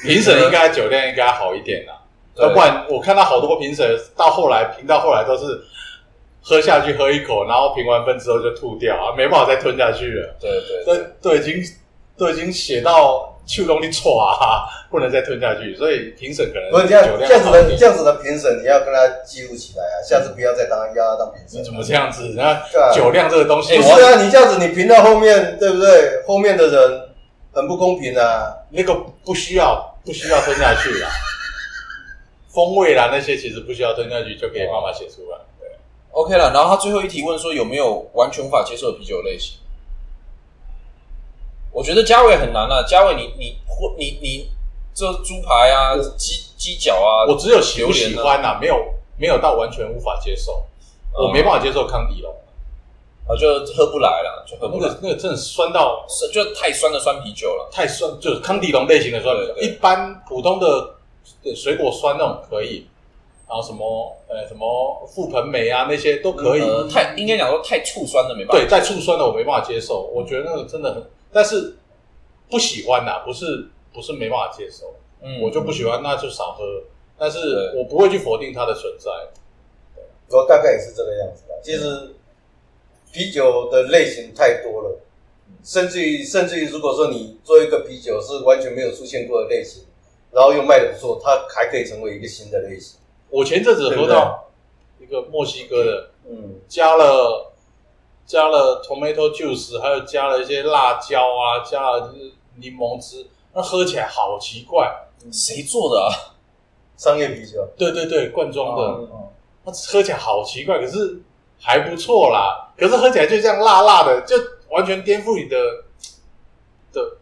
评审应该酒量应该好一点啦，对要不然我看到好多评审到后来评到后来都是喝下去喝一口，然后评完分之后就吐掉啊，没办法再吞下去了，对对对都都已经都已经写到去容易错啊，不能再吞下去，所以评审可能不是这样，酒这量样子好一的点嗯这样子的评审，你要跟他记录起来啊，下次不要再当要他当评审你。怎么这样子？那对啊酒量这个东西，不我是啊，你这样子，你评到后面，对不对？后面的人很不公平啊。那个不需要不需要吞下去啦，风味啦那些其实不需要吞下去就可以慢慢写出来。对， ，OK 了。然后他最后一题问说有没有完全无法接受的啤酒类型？我觉得加味很难啊，加味你你或你你这猪排啊、鸡鸡脚啊，我只有喜不喜榴莲欢啊呐、没有没有到完全无法接受，嗯我没办法接受康迪龙，啊就喝不来了，就喝呃那不来，个那个真的酸到是就太酸的酸啤酒了。太酸，就是康迪龙类型的酸对，对一般普通的对水果酸那种可以，然后什么呃什么覆盆梅啊那些都可以，呃太应该讲说太醋酸的没办对，法。在醋酸的我没办法接受，我觉得那个真的很，但是不喜欢呐、不是不是没办法接受，嗯我就不喜欢，那就少喝。但是对我不会去否定它的存在。我大概也是这个样子嗯的。其实啤酒的类型太多了，嗯甚至于甚至于，如果说你做一个啤酒是完全没有出现过的类型，然后又卖的不错，它还可以成为一个新的类型。我前阵子对喝不对到一个墨西哥的，嗯，加了加了 tomato juice，还有加了一些辣椒啊，加了柠檬汁，那喝起来好奇怪。谁做的啊？商业啤酒。对对对，罐装的，嗯哦它喝起来好奇怪，可是还不错啦。可是喝起来就这样辣辣的，就完全颠覆你的的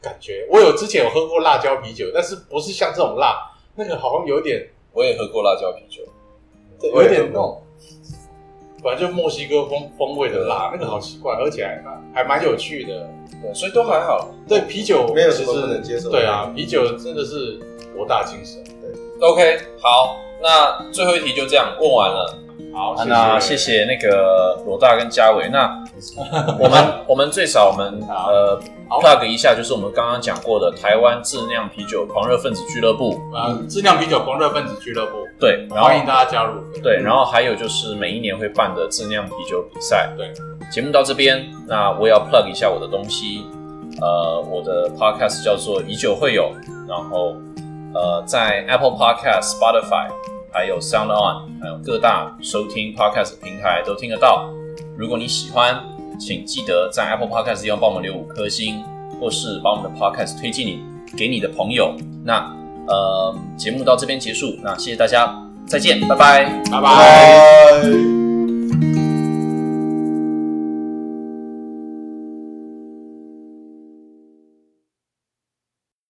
感觉。我有之前有喝过辣椒啤酒，但是不是像这种辣，那个好像有点我也喝过辣椒啤酒，有我也喝过点那种，反正就墨西哥风风味的嗯辣，那个好奇怪，喝起来还蛮有趣的。对，所以都还好。对啤酒没有其什实么不能接受的对啊，啤酒真的是博大精深。 OK，好，那最后一题就这样问完了。好谢谢那谢谢那个罗大跟嘉伟。那 <laughs> 我们我们最少我们呃 plug 一下，就是我们刚刚讲过的台湾自酿啤酒狂热分子俱乐部，啊，质量啤酒狂热分子俱乐部，对，然后欢迎大家加入。对，然后还有就是每一年会办的自酿啤酒比赛。对，节目到这边，那我也要 plug 一下我的东西，呃，我的 podcast 叫做以酒会友，然后呃，在 Apple Podcast、Spotify、还有 Sound On，还有各大收听 podcast 平台都听得到。如果你喜欢，请记得在 Apple Podcast 地方帮我们留五颗星，或是把我们的 podcast 推荐你给你的朋友。那呃，节目到这边结束，那谢谢大家，再见，拜拜。拜拜。拜。